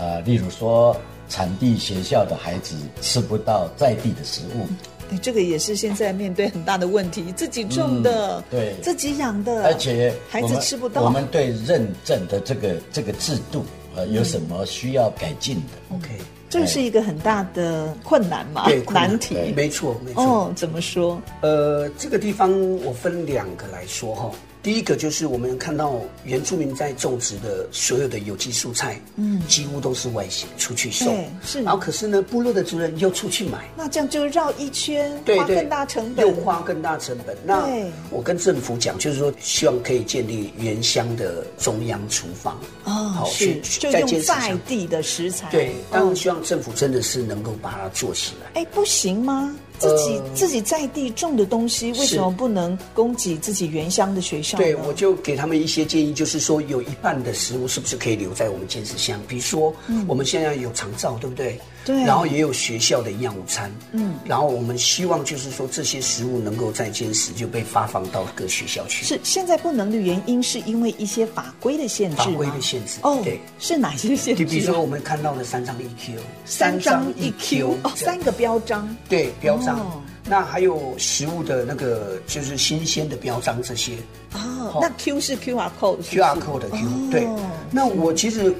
[SPEAKER 2] 呃，例如说产地学校的孩子吃不到在地的食物，
[SPEAKER 9] 对，这个也是现在面对很大的问题，自己种的，
[SPEAKER 2] 嗯对
[SPEAKER 1] 啊
[SPEAKER 9] 自己养的，
[SPEAKER 2] 而且
[SPEAKER 9] 孩
[SPEAKER 2] 我
[SPEAKER 9] 子
[SPEAKER 2] 们
[SPEAKER 9] 吃不到，
[SPEAKER 2] 我们对认证的这个这个制度啊、呃，
[SPEAKER 1] 嗯
[SPEAKER 2] 有什么需要改进的？
[SPEAKER 8] OK，
[SPEAKER 1] 这是一个很大的困难嘛
[SPEAKER 8] 对，，困难
[SPEAKER 1] 啊难题。
[SPEAKER 8] 没错没错。
[SPEAKER 1] 哦，怎么说？
[SPEAKER 8] 呃，这个地方我分两个来说哈。第一个就是我们看到原住民在种植的所有的有机蔬菜，嗯，几乎都是外行出去送
[SPEAKER 1] 对，是
[SPEAKER 8] 然后可是呢，部落的族人又出去买，
[SPEAKER 1] 那这样就绕一圈，
[SPEAKER 8] 对
[SPEAKER 1] 花
[SPEAKER 8] 对，
[SPEAKER 1] 更大成本
[SPEAKER 8] 又。花更大成本。那
[SPEAKER 1] 对
[SPEAKER 8] 我跟政府讲，就是说希望可以建立原乡的中央厨房，
[SPEAKER 1] 哦，
[SPEAKER 8] 好
[SPEAKER 1] 是
[SPEAKER 8] 去
[SPEAKER 1] 就
[SPEAKER 8] 再
[SPEAKER 1] 用
[SPEAKER 8] 坚持下
[SPEAKER 1] 在地的食材。
[SPEAKER 8] 对，当
[SPEAKER 1] 哦
[SPEAKER 8] 然希望政府真的是能够把它做起来。
[SPEAKER 1] 哎，不行吗？自己、
[SPEAKER 8] 呃
[SPEAKER 1] 自己在地种的东西，为
[SPEAKER 8] 是
[SPEAKER 1] 什么不能供给自己原乡的学校呢？
[SPEAKER 8] 对，我就给他们一些建议，就是说有一半的食物是不是可以留在我们坚持乡？比如说，我们现在有长照，对不对？
[SPEAKER 1] 嗯对
[SPEAKER 8] 然后也有学校的营养午餐，
[SPEAKER 1] 嗯
[SPEAKER 8] 嗯，然后我们希望就是说这些食物能够在坚持就被发放到各学校去。
[SPEAKER 1] 是现在不能的原因，是因为一些法规的限制吗
[SPEAKER 8] 法规的限制
[SPEAKER 1] 哦
[SPEAKER 8] 对，
[SPEAKER 1] 是哪些限制
[SPEAKER 8] 就
[SPEAKER 1] 啊？
[SPEAKER 8] 比如说我们看到的三张 E EQ，
[SPEAKER 1] 三张一 Q，哦，
[SPEAKER 8] 这样
[SPEAKER 1] 三个标章。
[SPEAKER 8] E 对标章。
[SPEAKER 1] 哦
[SPEAKER 8] 那还有食物的那个，就是新鲜的标章这些，
[SPEAKER 1] 哦
[SPEAKER 8] 好，
[SPEAKER 1] 那 Q 是 QR code，是不是
[SPEAKER 8] QR code 的 Q，、
[SPEAKER 1] 哦
[SPEAKER 8] 对。那我其实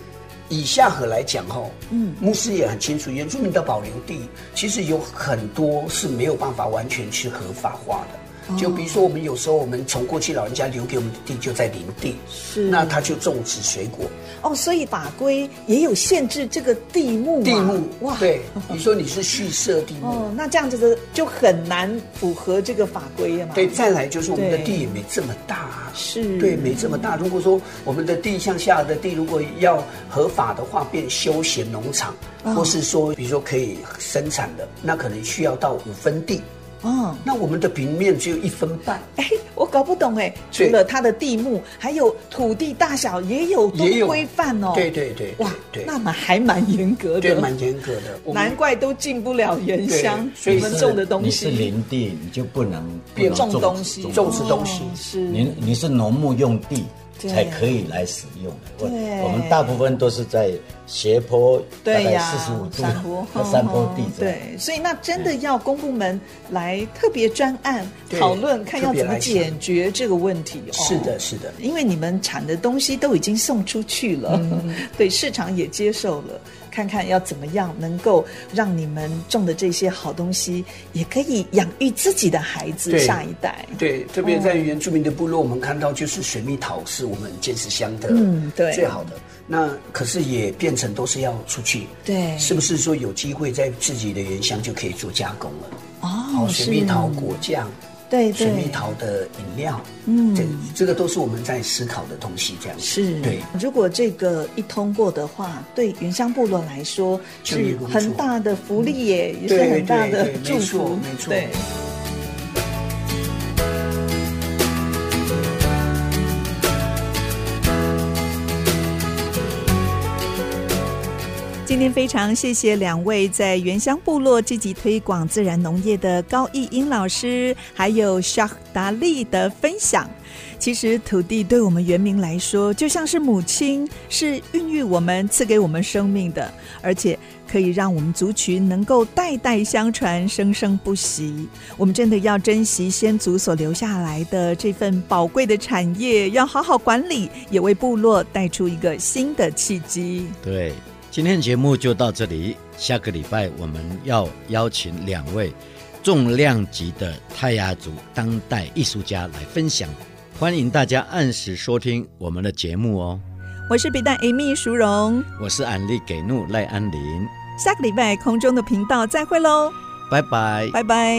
[SPEAKER 8] 以下河来讲哈，
[SPEAKER 1] 嗯
[SPEAKER 8] 嗯，牧师也很清楚，原住民的保留地其实有很多是没有办法完全去合法化的。
[SPEAKER 1] 哦
[SPEAKER 8] 就比如说，我们有时候我们从过去老人家留给我们的地就在林地，
[SPEAKER 1] 是
[SPEAKER 8] 那他就种植水果，
[SPEAKER 1] 哦，所以法规也有限制这个地目嘛。
[SPEAKER 8] 地目
[SPEAKER 1] 哇，
[SPEAKER 8] 对，比如说你是蓄设地目，
[SPEAKER 1] 哦，那这样子的就很难符合这个法规了嘛。
[SPEAKER 8] 对，再来就是我们的
[SPEAKER 1] 对
[SPEAKER 8] 地也没这么大、啊，
[SPEAKER 1] 是
[SPEAKER 8] 对，没这么大。如果说我们的地向下的地，如果要合法的话，变休闲农场，
[SPEAKER 1] 啊
[SPEAKER 8] 或是说，比如说可以生产的，那可能需要到五分地。
[SPEAKER 1] 哦，
[SPEAKER 8] 那我们的平面只有一分半，
[SPEAKER 1] 哎，我搞不懂哎，除
[SPEAKER 8] 对
[SPEAKER 1] 了它的地目，还有土地大小也有多
[SPEAKER 8] 也有
[SPEAKER 1] 规范哦。
[SPEAKER 8] 对对对，
[SPEAKER 1] 哇，
[SPEAKER 8] 对，
[SPEAKER 1] 那蛮还蛮严格的，
[SPEAKER 8] 对蛮严格的。我们
[SPEAKER 1] 难怪都进不了原乡
[SPEAKER 8] 对，所
[SPEAKER 1] 你
[SPEAKER 8] 以
[SPEAKER 1] 们种的东
[SPEAKER 2] 你是
[SPEAKER 1] 西，
[SPEAKER 2] 林地，你就不能不
[SPEAKER 1] 别
[SPEAKER 2] 能
[SPEAKER 1] 种东西，
[SPEAKER 8] 种植东西
[SPEAKER 1] 哦是
[SPEAKER 2] 你你是农牧用地
[SPEAKER 1] 对
[SPEAKER 2] 才可以来使用的。我
[SPEAKER 1] 对
[SPEAKER 2] 我们大部分都是在斜坡，大
[SPEAKER 1] 对
[SPEAKER 2] 概
[SPEAKER 1] 呀，
[SPEAKER 2] 四十五度
[SPEAKER 1] 山坡
[SPEAKER 2] 山坡地
[SPEAKER 8] 啊
[SPEAKER 2] 这样。
[SPEAKER 1] 对，所以那真的要公部门来特别专案
[SPEAKER 8] 对
[SPEAKER 1] 讨论，看要怎么
[SPEAKER 8] 特别来
[SPEAKER 1] 解决这个问题哦。
[SPEAKER 8] 是的，。是的，
[SPEAKER 1] 因为你们产的东西都已经送出去了，
[SPEAKER 8] 嗯
[SPEAKER 1] 对市场也接受了，看看要怎么样能够让你们种的这些好东西，也可以养育自己的孩子
[SPEAKER 8] 对
[SPEAKER 1] 下一代。
[SPEAKER 8] 对，特
[SPEAKER 1] 哦
[SPEAKER 8] 别在原住民的部落，我们看到就是水蜜桃是我们坚持乡的，
[SPEAKER 1] 嗯对
[SPEAKER 8] 最好的。那可是也变成都是要出去，
[SPEAKER 1] 对
[SPEAKER 8] 是不是说有机会在自己的原乡就可以做加工了？
[SPEAKER 1] 哦，
[SPEAKER 8] 水
[SPEAKER 1] 是
[SPEAKER 8] 蜜桃果酱，
[SPEAKER 1] 对对
[SPEAKER 8] 水蜜桃的饮料，嗯，这这个都是我们在思考的东西，这样子
[SPEAKER 1] 是
[SPEAKER 8] 对，
[SPEAKER 1] 如果这个一通过的话，对原乡部落来说
[SPEAKER 8] 就是有帮助
[SPEAKER 1] 很大的福利耶，也是
[SPEAKER 8] 对
[SPEAKER 1] 很大的
[SPEAKER 8] 嗯对对
[SPEAKER 1] 祝
[SPEAKER 8] 没错
[SPEAKER 1] 福，
[SPEAKER 8] 没错
[SPEAKER 1] 对。
[SPEAKER 10] 今天非常谢谢两位在原乡部落积极推广自然农业的高义英老师，还有夏达利的分享。其实土地对我们原民来说，就像是母亲，是孕育我们、赐给我们生命的，而且可以让我们族群能够代代相传、生生不息。我们真的要珍惜先祖所留下来的这份宝贵的产业，要好好管理，也为部落带出一个新的契机。
[SPEAKER 2] 对，今天节目就到这里，下个礼拜我们要邀请两位重量级的泰雅族当代艺术家来分享，欢迎大家按时收听我们的节目哦。
[SPEAKER 10] 我是北大 Amy 淑荣，
[SPEAKER 2] 我是安利给怒赖安林，
[SPEAKER 10] 下个礼拜空中的频道再会喽，
[SPEAKER 2] 拜拜。
[SPEAKER 10] 拜拜。